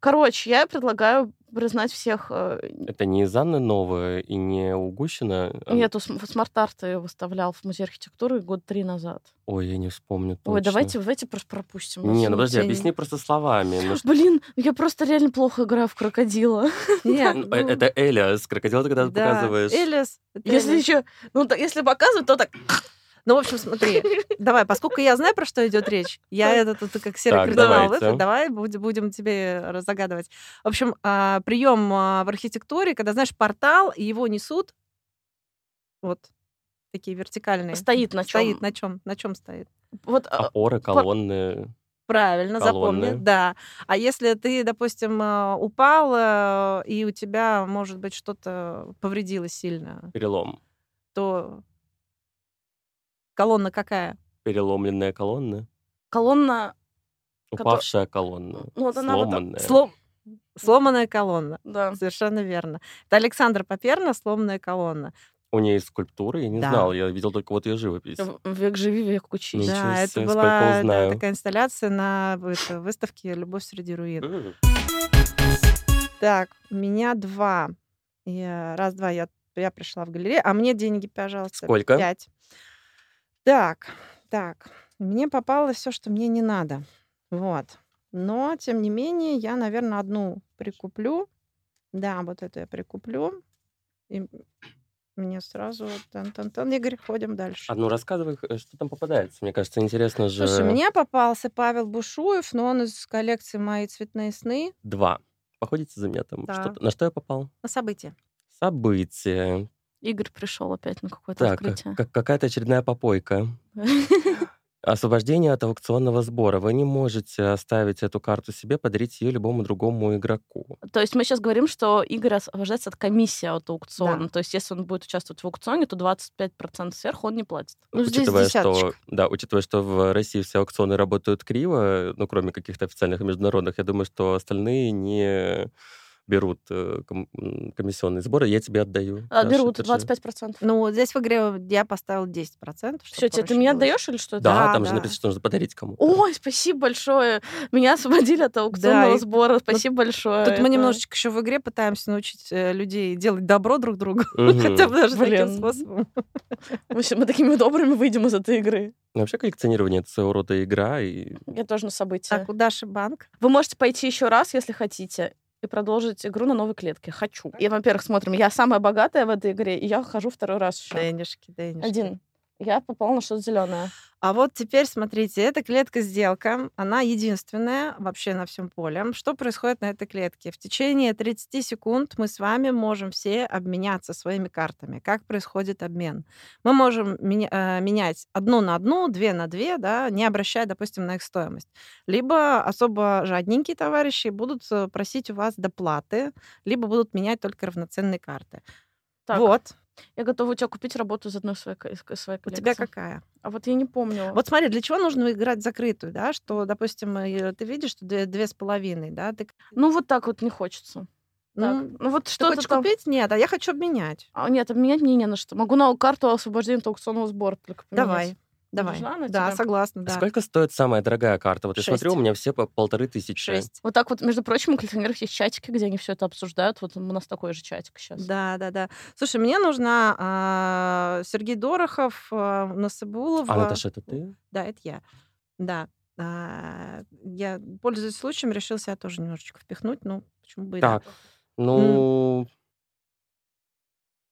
Speaker 2: Короче, я предлагаю признать всех э,
Speaker 3: Это не из Анны Новая и не у Гущина. а-
Speaker 2: Нет, у См- Смарт-Арта я выставлял в Музее архитектуры год три назад.
Speaker 3: Ой, я не вспомню точно.
Speaker 2: Ой, давайте, давайте просто пропустим.
Speaker 3: Не, ну подожди,
Speaker 1: извините.
Speaker 3: объясни просто словами. Ну, что-
Speaker 2: Блин, я просто реально плохо играю в крокодила.
Speaker 1: Нет,
Speaker 3: Ну,
Speaker 1: ну,
Speaker 3: э, Это Эля с крокодила, ты когда
Speaker 1: да.
Speaker 3: показываешь.
Speaker 1: Элис, это
Speaker 2: Если
Speaker 1: Элис.
Speaker 2: еще, ну так, если показывать, то так.
Speaker 1: Ну, в общем, смотри, давай, поскольку я знаю, про что идет речь, я это тут как серый
Speaker 3: Так,
Speaker 1: кардинал
Speaker 3: давайте.
Speaker 1: выход, давай будем, будем тебе раз- загадывать. В общем, а, прием а, в архитектуре, когда, знаешь, портал, и его несут вот такие вертикальные.
Speaker 2: Стоит на чём?
Speaker 1: Стоит на чем? На чем стоит?
Speaker 2: Вот а,
Speaker 3: Опоры, колонны.
Speaker 1: Правильно, запомни,
Speaker 3: Колонны.
Speaker 1: да. А если ты, допустим, а, упал, э, и у тебя, может быть, что-то повредило сильно,
Speaker 3: Перелом.
Speaker 1: то колонна какая?
Speaker 3: Переломленная колонна.
Speaker 2: колонна, Кото-
Speaker 3: Упавшая колонна.
Speaker 2: ну вот она вот так,
Speaker 3: Сломанная.
Speaker 1: Слом... Сломанная колонна.
Speaker 2: да.
Speaker 1: Совершенно верно. Это Александр Паперна «Сломанная колонна».
Speaker 3: У нее есть скульптуры, я не
Speaker 1: Да.
Speaker 3: знал, я видел только вот ее живопись.
Speaker 2: Век живи, век учись.
Speaker 3: Ничего
Speaker 1: да, это
Speaker 3: себе, сколько
Speaker 1: была да,
Speaker 3: узнаю.
Speaker 1: такая инсталляция на это, выставке «Любовь среди руин».
Speaker 3: М.
Speaker 1: Так, у меня два. Я- раз, два, я, я пришла в галерею. А мне деньги, пожалуйста.
Speaker 3: Сколько?
Speaker 1: Пять. Так, так. Мне попало все, что мне не надо. Вот. Но, тем не менее, я, наверное, одну прикуплю. Да, вот эту я прикуплю. И Мне сразу тан-тан-тан. Игорь, ходим дальше.
Speaker 3: А ну рассказывай, э, что там попадается. Мне кажется, интересно же.
Speaker 1: Слушай, мне попался Павел Бушуев, но он из коллекции «Мои цветные сны»
Speaker 3: Два. Походите за меня там.
Speaker 1: Да.
Speaker 3: что-то. На что я попал?
Speaker 1: на событие.
Speaker 3: События.
Speaker 2: Игорь пришел опять на какое-то
Speaker 3: Так, а э,
Speaker 2: открытие.
Speaker 3: как- какая-то очередная попойка. Освобождение от аукционного сбора. Вы не можете оставить эту карту себе, подарить ее любому другому игроку.
Speaker 2: То есть мы сейчас говорим, что Игорь освобождается от комиссии от аукциона. То есть если он будет участвовать в аукционе, то 25% сверху он не платит.
Speaker 1: Ну, здесь
Speaker 3: учитывая, что,
Speaker 1: десяточка.
Speaker 3: да, учитывая, что в России все аукционы работают криво, ну, кроме каких-то официальных и международных, я думаю, что остальные не берут э, ком- м, комиссионные сборы. Я тебе отдаю.
Speaker 2: А,
Speaker 3: Даша,
Speaker 2: берут
Speaker 3: ты же-
Speaker 2: 25%.
Speaker 1: Ну, вот здесь в игре я поставил 10%.
Speaker 2: Все, тебе ты меня отдаешь или что это?
Speaker 3: Да,
Speaker 1: Да,
Speaker 3: там же
Speaker 1: да.
Speaker 3: написано, что нужно подарить кому.
Speaker 2: Ой, спасибо большое. Меня освободили от аукционного
Speaker 1: Да, и-
Speaker 2: сбора. Спасибо большое.
Speaker 1: Тут
Speaker 2: э, Это-
Speaker 1: мы немножечко еще в игре пытаемся научить э, людей делать добро друг другу.
Speaker 3: Мгм.
Speaker 1: Хотя бы даже таким
Speaker 2: Блин.
Speaker 1: способом.
Speaker 2: В общем, мы такими добрыми выйдем из этой игры.
Speaker 3: Ну, Вообще коллекционирование это своего рода игра, и
Speaker 2: Я тоже на события.
Speaker 1: Так, у Даши банк.
Speaker 2: Вы можете пойти еще раз, если хотите, и продолжить игру на новой клетке. Хочу. И, во-первых, смотрим, я самая богатая в этой игре, и я хожу второй раз еще.
Speaker 1: Денежки, денежки.
Speaker 2: Один. Я попала на что-то зеленое.
Speaker 1: А вот теперь смотрите, эта клетка-сделка, она единственная вообще на всем поле. Что происходит на этой клетке? В течение 30 секунд мы с вами можем все обменяться своими картами. Как происходит обмен? Мы можем меня- э, менять одну на одну, две на две, да, не обращая, допустим, на их стоимость. Либо особо жадненькие товарищи будут э, просить у вас доплаты, либо будут менять только равноценные карты.
Speaker 2: Так,
Speaker 1: Вот,
Speaker 2: я готова у тебя купить работу из одной своей, ко- из ко- своей
Speaker 1: у
Speaker 2: коллекции.
Speaker 1: тебя какая?
Speaker 2: А вот я не помню.
Speaker 1: Вот смотри, для чего нужно играть в закрытую, да, что, допустим, э, ты видишь, что две, две с половиной, да, ты, к-
Speaker 2: Ну, вот так вот не хочется.
Speaker 1: ну,
Speaker 2: Так, Ну, вот
Speaker 1: ты
Speaker 2: что-то
Speaker 1: хочешь
Speaker 2: там...
Speaker 1: купить? Нет, а я хочу обменять.
Speaker 2: А, нет, обменять мне не на что. Могу на карту освобождения от аукционного сбора только поменять.
Speaker 1: Давай, давай.
Speaker 2: Нужна она
Speaker 1: да,
Speaker 2: тебе? А
Speaker 1: согласна, да.
Speaker 3: Сколько стоит самая дорогая карта? Вот я
Speaker 1: Шесть.
Speaker 3: смотрю, у меня все по полторы тысячи.
Speaker 1: Шесть.
Speaker 2: Вот так вот, между прочим, у коллекционеров есть чатики, где они все это обсуждают. Вот у нас такой же чатик сейчас.
Speaker 1: Да, да, да. Слушай, мне нужна а, Сергей Дорохов, а, Насыбулова.
Speaker 3: А, Наташа, это ты?
Speaker 1: Да, это я. Да. А, я, пользуясь случаем, решил себя тоже немножечко впихнуть, ну, почему бы и да.
Speaker 3: Так, ну,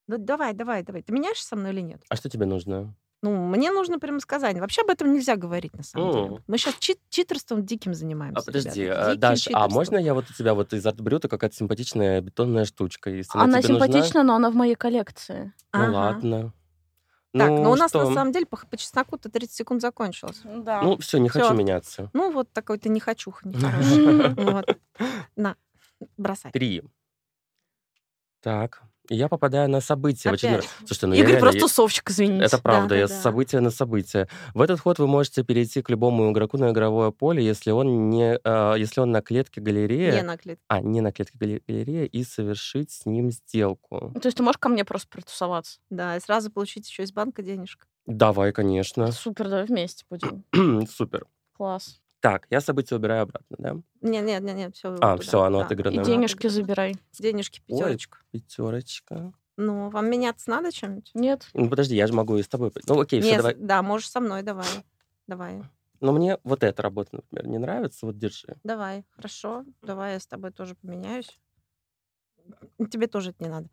Speaker 1: Ну, давай, давай, давай. Ты меняешься со мной или нет?
Speaker 3: а что тебе нужно?
Speaker 1: Ну, мне нужно прямо сказать. Вообще об этом нельзя говорить, на самом
Speaker 3: М.
Speaker 1: деле. Мы сейчас читерством диким
Speaker 3: А
Speaker 1: занимаемся.
Speaker 3: подожди,
Speaker 1: ребята.
Speaker 3: а,
Speaker 1: Диким
Speaker 3: Даш, а
Speaker 1: читерством.
Speaker 3: можно я вот у тебя вот из арт-брюта какая-то симпатичная бетонная штучка? Если
Speaker 2: Она
Speaker 3: тебе нужна-
Speaker 2: симпатична, но она в моей коллекции.
Speaker 1: Ага.
Speaker 3: Ну ладно.
Speaker 1: Так,
Speaker 3: ну,
Speaker 1: но у нас
Speaker 3: что?
Speaker 1: на самом деле по, по чесноку-то 30 секунд закончилось.
Speaker 2: Да.
Speaker 3: Ну все, не
Speaker 1: Всё.
Speaker 3: хочу меняться.
Speaker 1: Ну, вот такой ты нехочуха нехороший. Вот. На, бросай.
Speaker 3: Три. Так, и я попадаю на события. в очередной
Speaker 1: Опять.
Speaker 3: раз. Слушайте, ну я
Speaker 2: Игорь
Speaker 3: реально-
Speaker 2: просто тусовщик, извините.
Speaker 3: Это правда, я
Speaker 1: да, да.
Speaker 3: с события на событие. В этот ход вы можете перейти к любому игроку на игровое поле, если он не, а, если он на клетке галерея,
Speaker 1: Не на клетке.
Speaker 3: а не на клетке гале- галерея, и совершить с ним сделку.
Speaker 2: Ну, То есть ты можешь ко мне просто притусоваться?
Speaker 1: Да, и сразу получить еще из банка денежку.
Speaker 3: Давай, конечно.
Speaker 2: Супер, давай вместе будем.
Speaker 3: Супер.
Speaker 2: Класс.
Speaker 3: Так, я события убираю обратно, да?
Speaker 1: Нет, нет, нет, нет, все.
Speaker 3: А, всё, оно
Speaker 2: И
Speaker 3: отыграно. Да,
Speaker 2: денежки забирай.
Speaker 1: Денежки,
Speaker 3: Ой.
Speaker 1: пятерочку.
Speaker 3: Пятерочка.
Speaker 1: Ну, вам меняться надо чем-нибудь?
Speaker 2: Нет.
Speaker 3: Ну, подожди, я же могу и с тобой. Ну, окей, все,
Speaker 1: Нет,
Speaker 3: давай.
Speaker 1: да, можешь со мной, давай. Давай,
Speaker 3: Но мне вот эта работа, например, не нравится, вот держи.
Speaker 1: давай, хорошо. Давай я с тобой тоже поменяюсь.
Speaker 2: Э.
Speaker 1: Тебе тоже это не надо.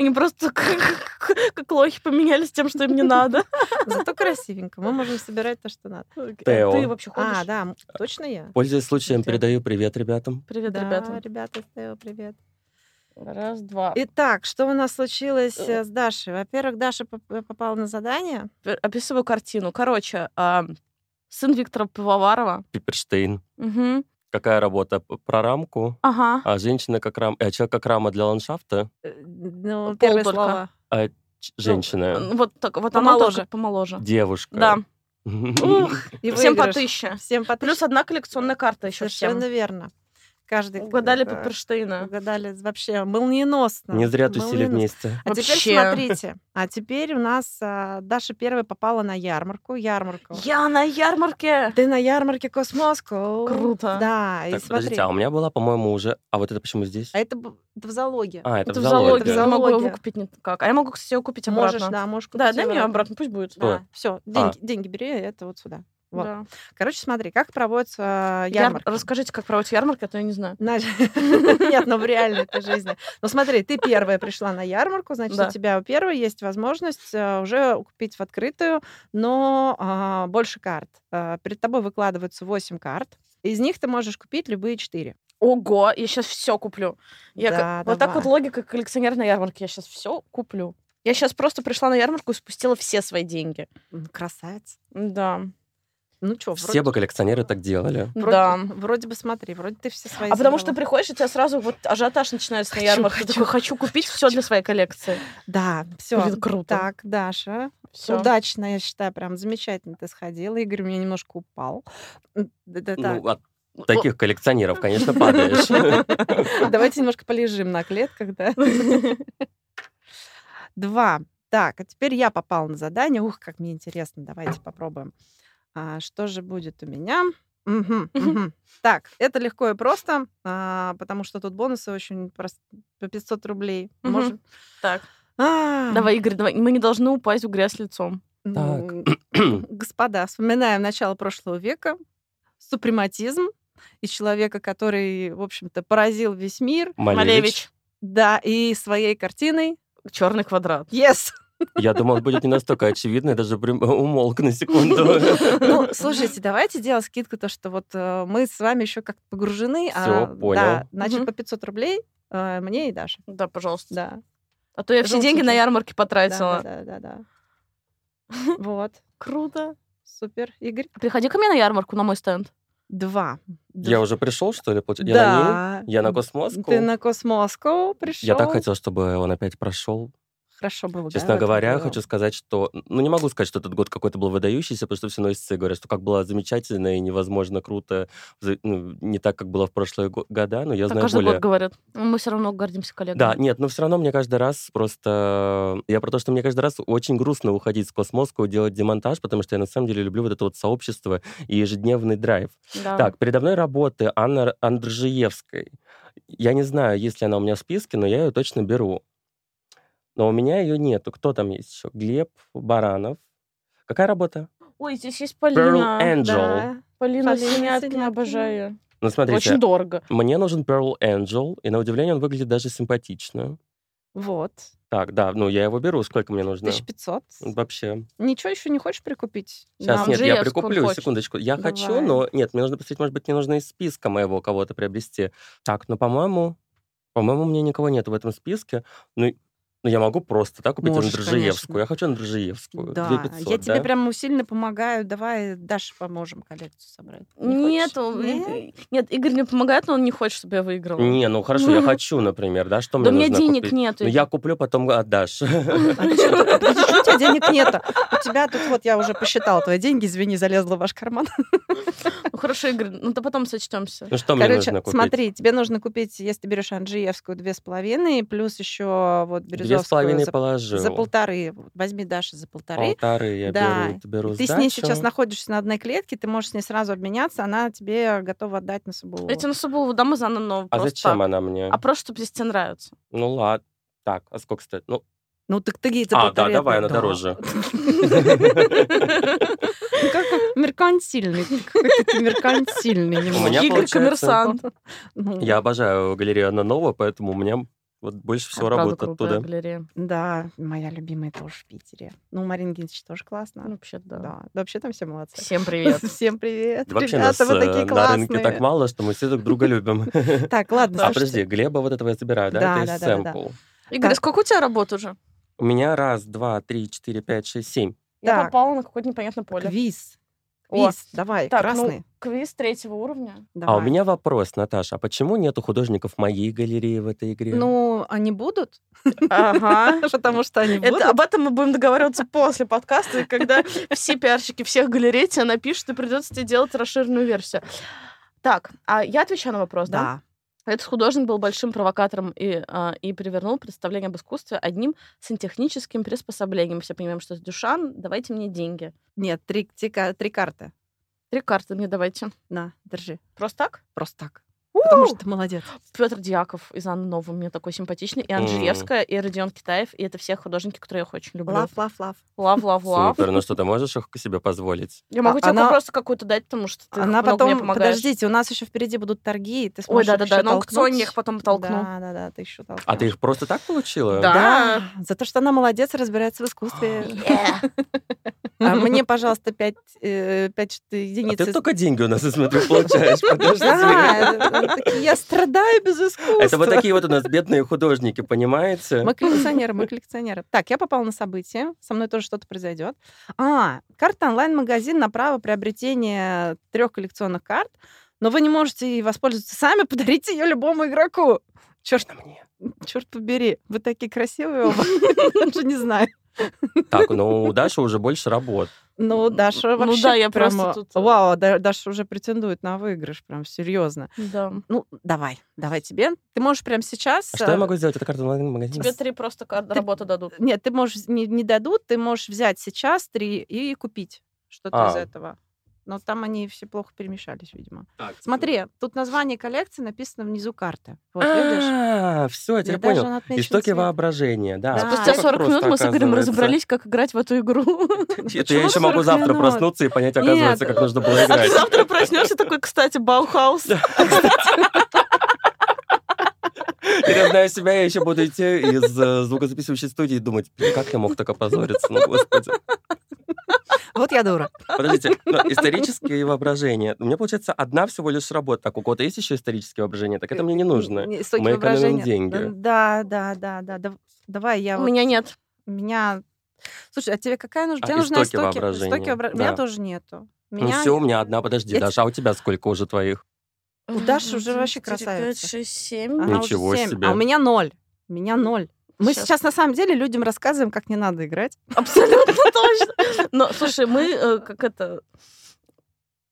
Speaker 2: Они просто как как лохи поменялись тем, что им не надо.
Speaker 1: Зато красивенько. Мы можем собирать то, что надо.
Speaker 2: А
Speaker 3: Тео.
Speaker 2: Ты вообще
Speaker 1: А,
Speaker 2: ходишь? Э,
Speaker 1: да, м, точно я.
Speaker 3: Пользуясь случаем,
Speaker 1: Окей.
Speaker 3: передаю привет ребятам.
Speaker 2: Привет,
Speaker 1: Да,
Speaker 2: ребята. А.
Speaker 1: ребята, Тео, привет.
Speaker 2: Раз, два.
Speaker 1: Итак, что у нас случилось э, с Дашей? Во-первых, Даша поп- э, попала на задание.
Speaker 2: Пер- Э, Описываю картину. Короче, а, сын Виктора Пивоварова.
Speaker 3: Пиперштейн.
Speaker 2: Мгм.
Speaker 3: Какая работа? П- Про рамку?
Speaker 2: Ага.
Speaker 3: А женщина как рам... э, человек как рама для ландшафта?
Speaker 1: Э, Ну,
Speaker 2: Пол
Speaker 1: первые
Speaker 2: только.
Speaker 1: слова.
Speaker 3: Ч- Женщина.
Speaker 2: Ну, Вот так, вот она
Speaker 1: Помоложе.
Speaker 2: только помоложе.
Speaker 3: Девушка.
Speaker 2: Да. Ух,
Speaker 1: И
Speaker 2: всем по
Speaker 1: выигрыш.
Speaker 2: тысяче.
Speaker 1: Всем по
Speaker 2: Плюс
Speaker 1: тысяче.
Speaker 2: одна коллекционная карта еще всем.
Speaker 1: Совершенно верно. Каждый
Speaker 2: Угадали
Speaker 1: э,
Speaker 2: Пепперштейна.
Speaker 1: Угадали вообще молниеносно.
Speaker 3: Не зря тусили
Speaker 1: Молниеносно.
Speaker 3: вместе.
Speaker 1: А
Speaker 2: Вообще.
Speaker 1: теперь смотрите. А теперь у нас а, Даша первая попала на ярмарку. Ярмарку.
Speaker 2: Я на ярмарке!
Speaker 1: Ты на ярмарке Космоску.
Speaker 2: Круто.
Speaker 1: Да, и
Speaker 3: Так,
Speaker 1: смотри.
Speaker 3: подождите, а у меня была, по-моему, уже... А вот это почему здесь?
Speaker 1: А это, б- это в залоге.
Speaker 3: А, это,
Speaker 2: Это
Speaker 3: в
Speaker 2: в залоге.
Speaker 1: Это в
Speaker 2: Я не могу
Speaker 1: залоге.
Speaker 2: его купить никак. А я могу, кстати, его купить
Speaker 1: можешь,
Speaker 2: обратно.
Speaker 1: да, можешь
Speaker 2: Да,
Speaker 1: купить
Speaker 2: дай мне
Speaker 1: его.
Speaker 2: обратно, пусть будет.
Speaker 3: Что?
Speaker 1: все,
Speaker 3: А.
Speaker 1: деньги, деньги бери, а это вот сюда. Вот.
Speaker 2: Да.
Speaker 1: Короче, смотри, как проводится э,
Speaker 2: Яр-
Speaker 1: ярмарка.
Speaker 2: Расскажите, как проводится ярмарка, а то я не знаю.
Speaker 1: Знаешь, Нет, ну в реальной этой жизни. Ну смотри, ты первая пришла на ярмарку, значит,
Speaker 2: Да.
Speaker 1: у тебя первая есть возможность э, уже купить в открытую, но а, больше карт. А, Перед тобой выкладываются 8 карт. Из них ты можешь купить любые 4.
Speaker 2: Ого, я сейчас все куплю. Я
Speaker 1: Да,
Speaker 2: ка- вот так вот
Speaker 1: давай.
Speaker 2: логика коллекционер на ярмарке. Я сейчас все куплю. Я сейчас просто пришла на ярмарку и спустила все свои деньги.
Speaker 1: Красавец.
Speaker 2: Да.
Speaker 1: Ну что,
Speaker 3: Все бы коллекционеры так делали.
Speaker 1: Вроде,
Speaker 2: да.
Speaker 1: вроде бы смотри, вроде ты все свои.
Speaker 2: А потому что
Speaker 1: забрала.
Speaker 2: приходишь, и у тебя сразу вот ажиотаж начинается
Speaker 1: Хочу,
Speaker 2: на ярмарке.
Speaker 1: хочу,
Speaker 2: Хочу, такой, хочу купить все для своей коллекции.
Speaker 1: Да, все.
Speaker 2: Блин, круто.
Speaker 1: Так, Даша,
Speaker 2: Всё.
Speaker 1: удачно, я считаю, прям замечательно ты сходила. Игорь у меня немножко упал. М, да, да, так.
Speaker 3: Ну, от таких коллекционеров, конечно, падаешь.
Speaker 1: Давайте немножко полежим на клетках, да? Два. Так, а теперь я попал на задание. Ух, как мне интересно. Давайте попробуем. А, что же будет у меня? Мгм, мгм. Так, это легко и просто, а, потому что тут бонусы очень просто по 500 рублей.
Speaker 2: Мгм.
Speaker 1: Можем-
Speaker 2: Так,
Speaker 1: А,
Speaker 2: давай, Игорь, давай. Мы не должны упасть в грязь лицом.
Speaker 1: ну, Господа, вспоминаем начало прошлого века, супрематизм и человека, который, в общем-то, поразил весь мир,
Speaker 2: Малевич.
Speaker 1: да, и своей картиной.
Speaker 2: Черный квадрат.
Speaker 1: Yes!
Speaker 3: Я думал, он будет не настолько очевидно, я даже прям умолк на секунду.
Speaker 1: Ну, слушайте, давайте делать скидку, то, что вот э, мы с вами еще как-то погружены. а,
Speaker 3: Всё, понял.
Speaker 1: Да, значит,
Speaker 2: Мгм.
Speaker 1: по 500 рублей э, мне и Даше.
Speaker 2: Да, пожалуйста.
Speaker 1: Да.
Speaker 2: А то я все
Speaker 1: Желтый
Speaker 2: деньги на
Speaker 1: чай.
Speaker 2: ярмарке
Speaker 1: Да,
Speaker 2: потратила.
Speaker 1: да, да, да. Вот.
Speaker 2: Круто.
Speaker 1: Супер. Игорь,
Speaker 2: Приходи ко мне на ярмарку, на мой стенд.
Speaker 1: два.
Speaker 3: Я уже пришел, что ли? получается? Я на ней?
Speaker 1: Да.
Speaker 3: Я на космоску?
Speaker 1: Ты на Космоску пришел.
Speaker 3: Я так хотел, чтобы он опять прошел.
Speaker 1: Хорошо было. да, в
Speaker 3: Честно
Speaker 1: этом
Speaker 3: говоря,
Speaker 1: было.
Speaker 3: хочу сказать, что... Ну, не могу сказать, что этот год какой-то был выдающийся, потому что все носятся и говорят, что как было замечательно и невозможно круто, за- ну, не так, как было в прошлые го- года, но я
Speaker 1: А
Speaker 2: Так
Speaker 3: знаю
Speaker 2: А каждый
Speaker 3: более...
Speaker 2: год говорят. Но Мы все равно гордимся коллегами.
Speaker 3: Да, нет, но все равно мне каждый раз просто... э, Я про то, что мне каждый раз очень грустно уходить с космоску, делать демонтаж, потому что я на самом деле люблю вот это вот сообщество и ежедневный драйв.
Speaker 2: Да.
Speaker 3: Так, передо мной работы Анны Р- Андржиевской. Я не знаю, есть ли она у меня в списке, но я ее точно беру. Но у меня ее нету. Кто там есть еще? Глеб Баранов. Какая работа?
Speaker 2: Ой, здесь есть
Speaker 3: Pearl
Speaker 2: Полина.
Speaker 3: Angel.
Speaker 1: Да.
Speaker 2: Полина
Speaker 1: Полина Синяткина.
Speaker 2: Синяткина, обожаю. её.
Speaker 3: Ну, смотрите,
Speaker 2: Очень дорого.
Speaker 3: мне нужен Pearl Angel, и на удивление он выглядит даже симпатично.
Speaker 1: Вот.
Speaker 3: Так, да, ну я его беру, сколько мне нужно?
Speaker 1: 1500.
Speaker 3: Вообще.
Speaker 1: Ничего еще не хочешь прикупить?
Speaker 3: Сейчас,
Speaker 1: Нам
Speaker 3: нет,
Speaker 1: же-
Speaker 3: я
Speaker 2: Андржиевскую
Speaker 3: прикуплю,
Speaker 2: хочешь?
Speaker 3: секундочку. Я хочу,
Speaker 1: Давай.
Speaker 3: но... Нет, мне нужно посмотреть, может быть, мне нужно из списка моего кого-то приобрести. Так, ну, по-моему... По-моему, у меня никого нет в этом списке. Ну, ну я могу просто так купить
Speaker 1: Можешь,
Speaker 3: Андржиевскую.
Speaker 1: конечно.
Speaker 3: Я хочу Андржиевскую.
Speaker 1: Да,
Speaker 3: 2500,
Speaker 1: я тебе
Speaker 3: да?
Speaker 1: прям усиленно помогаю. Давай Даше поможем коллекцию собрать. Не
Speaker 2: Нет,
Speaker 1: хочешь?
Speaker 2: он-
Speaker 1: Нет?
Speaker 2: и- нет, Игорь мне помогает, но он не хочет, чтобы я выиграла.
Speaker 3: Не, ну хорошо, я хочу, например, да? Что
Speaker 2: да у
Speaker 3: мне
Speaker 2: меня
Speaker 3: нужно
Speaker 2: денег
Speaker 3: купить?
Speaker 2: нету.
Speaker 3: Ну, я куплю, потом отдашь. Ну,
Speaker 1: А ты чё, ты- подожди, чё у тебя денег нет? У тебя тут вот я уже посчитала твои деньги, извини, залезла в ваш карман.
Speaker 2: Ну хорошо, Игорь, ну то потом сочтемся.
Speaker 3: Ну, что мне
Speaker 1: Короче,
Speaker 3: нужно купить?
Speaker 1: смотри, тебе нужно купить, если ты берешь Анджиевскую, две с половиной, плюс еще вот
Speaker 3: Две с
Speaker 1: Березовскую
Speaker 3: половиной
Speaker 1: за-
Speaker 3: положу.
Speaker 1: за полторы. Возьми Даши за полторы.
Speaker 3: Полторы я
Speaker 1: Да.
Speaker 3: беру, беру
Speaker 1: Ты с ней сейчас
Speaker 3: А, сдачу.
Speaker 1: находишься на одной клетке, ты можешь с ней сразу обменяться, она тебе готова отдать на собой.
Speaker 2: Эти на субботу дамы заново, но
Speaker 3: А
Speaker 2: просто
Speaker 3: зачем
Speaker 2: так.
Speaker 3: она мне?
Speaker 2: А просто, чтобы здесь тебе нравится.
Speaker 3: Ну, ладно. Так, а сколько стоит? Ну,
Speaker 1: Ну так ты ей за
Speaker 3: А, да,
Speaker 1: полторы
Speaker 3: давай,
Speaker 1: отдал.
Speaker 3: она дороже.
Speaker 1: Ну, как как меркантильный. ты Какой-то ты меркантильный немножко.
Speaker 3: меня
Speaker 2: Игорь
Speaker 3: получается-
Speaker 2: коммерсант.
Speaker 1: Ну,
Speaker 3: Я обожаю галерею Анна Нова, поэтому у меня вот больше
Speaker 2: А,
Speaker 3: всего
Speaker 2: правда,
Speaker 3: работы
Speaker 2: крутая
Speaker 3: оттуда.
Speaker 2: галерея.
Speaker 1: Да, моя любимая тоже в Питере. Ну, Марин Генсич тоже классно.
Speaker 2: Ну, Вообще, да.
Speaker 1: Ну, Да, да, вообще там все молодцы.
Speaker 2: Всем привет.
Speaker 1: Всем привет.
Speaker 3: Да Вообще
Speaker 1: Ребята,
Speaker 3: нас
Speaker 1: вы
Speaker 3: э,
Speaker 1: такие
Speaker 3: на рынке так
Speaker 1: классные.
Speaker 3: мало, что мы все друг друга любим.
Speaker 1: Так, ладно,
Speaker 3: А,
Speaker 1: слушайте.
Speaker 3: подожди, Глеба вот этого я забираю,
Speaker 1: Да,
Speaker 3: да? Это
Speaker 1: да,
Speaker 3: из
Speaker 1: да, да, да.
Speaker 3: сэмпл.
Speaker 2: Игорь, а
Speaker 1: Так.
Speaker 2: сколько у тебя работ уже?
Speaker 3: У меня раз, два, три, четыре, пять, шесть, семь.
Speaker 2: Я
Speaker 1: Так.
Speaker 2: попала на какое-то непонятное поле.
Speaker 1: Квиз.
Speaker 2: О,
Speaker 1: Квиз, давай,
Speaker 2: Так, ну,
Speaker 1: красный.
Speaker 2: квиз третьего уровня.
Speaker 3: А у
Speaker 1: Давай.
Speaker 3: меня вопрос, Наташа, а почему нету художников моей галереи в этой игре?
Speaker 1: Ну, они будут?
Speaker 2: Ага.
Speaker 1: А, Потому что они будут.
Speaker 2: Это, об этом мы будем договариваться после подкаста, и когда все пиарщики всех галерей тебе напишут, и придется тебе делать расширенную версию. Так, а я отвечаю на вопрос, да?
Speaker 1: Да.
Speaker 2: Этот художник был большим провокатором и, а, и привернул представление об искусстве одним сантехническим приспособлением. Все понимаем, что это Дюшан, давайте мне деньги.
Speaker 1: Нет, три ти- ка- три карты.
Speaker 2: Три карты мне давайте.
Speaker 1: На, держи.
Speaker 2: Просто так?
Speaker 1: Просто так. Потому что ты молодец.
Speaker 2: Петр Дьяков из Анны Новой мне такой симпатичный, и Анжелевская, и Родион Китаев, и это все художники, которые я их очень люблю.
Speaker 1: Лав, лав, лав.
Speaker 2: Лав, лав, лав.
Speaker 3: Супер, ну что, ты можешь их себе позволить?
Speaker 2: Я могу
Speaker 1: А,
Speaker 2: тебе
Speaker 1: она-
Speaker 2: просто какую-то дать, потому что ты
Speaker 1: Она
Speaker 2: много мне
Speaker 1: потом...
Speaker 2: помогаешь.
Speaker 1: Подождите, у нас еще впереди будут торги, и ты
Speaker 2: Ой,
Speaker 1: сможешь
Speaker 2: да-да-да,
Speaker 1: ещё
Speaker 2: на аукционе
Speaker 1: толкнуть.
Speaker 2: я их потом толкну. А.
Speaker 1: Да, да, да, ты еще толкнешь.
Speaker 3: А ты их просто так получила? А
Speaker 2: Да.
Speaker 1: Да, за то, что она молодец, и разбирается в искусстве.
Speaker 2: Yeah.
Speaker 1: А мне, пожалуйста, э, 5 единиц.
Speaker 3: А ты
Speaker 1: из-
Speaker 3: только деньги у нас, я смотрю, получаешь. потому что тебе-
Speaker 1: Да, э, э, такие, я страдаю без искусства.
Speaker 3: Это вот такие вот у нас бедные художники, понимаете?
Speaker 1: Мы коллекционеры, мы коллекционеры. Так, я попала на событие, со мной тоже что-то произойдет. А, карта онлайн-магазин на право приобретения трех коллекционных карт, но вы не можете ей воспользоваться сами, подарите ее любому игроку. Черт,
Speaker 2: А
Speaker 3: На мне.
Speaker 1: черт побери, вы такие красивые оба, даже не знаю.
Speaker 3: Так, ну у Даши уже больше работ.
Speaker 1: Ну, Даша
Speaker 2: Ну
Speaker 1: вообще
Speaker 2: да, я
Speaker 1: прямо-
Speaker 2: просто тут- э,
Speaker 1: Вау, Да- Даша уже претендует на выигрыш, прям серьезно.
Speaker 2: Да.
Speaker 1: Ну, давай, давай тебе. Ты можешь прямо сейчас...
Speaker 3: А что я
Speaker 1: э,
Speaker 3: могу сделать? Это карта онлайн-магазина?
Speaker 2: Тебе три просто ка- работы дадут.
Speaker 1: Нет, ты можешь не, не дадут, ты можешь взять сейчас три и купить что-то
Speaker 3: А.
Speaker 1: из этого. Но там они все плохо перемешались, видимо. Смотри, тут название коллекции написано внизу карты. Вот, видишь?
Speaker 3: А, все, я тебя
Speaker 1: Я даже
Speaker 3: понял.
Speaker 1: он отмечен
Speaker 3: Истоки
Speaker 1: цветом.
Speaker 3: воображения, да.
Speaker 1: Да.
Speaker 3: Всё
Speaker 2: Спустя
Speaker 3: А, как
Speaker 2: 40 минут
Speaker 3: просто
Speaker 2: мы с Игорем
Speaker 3: оказывается.
Speaker 2: разобрались, как играть в эту игру.
Speaker 3: Это
Speaker 1: Почему
Speaker 3: я еще могу
Speaker 1: 40
Speaker 3: завтра
Speaker 1: минут?
Speaker 3: проснуться и понять, оказывается,
Speaker 1: Нет.
Speaker 3: как нужно было
Speaker 2: А ты
Speaker 3: играть.
Speaker 2: завтра проснешься такой, кстати, Баухаус.
Speaker 3: Я знаю себя, я еще буду идти из э, звукозаписывающей студии и думать, «Блин, как я мог так опозориться, ну, господи.
Speaker 1: Вот я дура.
Speaker 3: Подождите, но исторические воображения. У меня, получается, одна всего лишь работа. Так, у кого-то есть еще исторические воображения? Так это мне не нужно.
Speaker 1: Н- истоки
Speaker 3: Мы экономим
Speaker 1: воображения.
Speaker 3: деньги.
Speaker 1: Да, да, да, да. да. Давай я
Speaker 2: У
Speaker 1: вот...
Speaker 2: меня нет.
Speaker 1: Меня... Слушай, а тебе какая нужна?
Speaker 3: А,
Speaker 1: Тебе нужна
Speaker 3: истоки
Speaker 1: истоки.
Speaker 3: воображения,
Speaker 1: Истоки вообра-
Speaker 3: да.
Speaker 1: Меня тоже нету.
Speaker 3: Ну
Speaker 1: Меня...
Speaker 3: все, у меня одна. Подожди,
Speaker 1: Я
Speaker 3: Даша, а у тебя сколько уже твоих?
Speaker 1: У Даши уже вообще красавица.
Speaker 2: 5, 6, 7.
Speaker 1: Она уже
Speaker 3: Ничего
Speaker 1: семь,
Speaker 3: себе.
Speaker 1: А у меня ноль. У меня ноль. Мы
Speaker 2: Щас.
Speaker 1: сейчас на самом деле людям рассказываем, как не надо играть.
Speaker 2: Абсолютно точно. Но, слушай, мы э, как это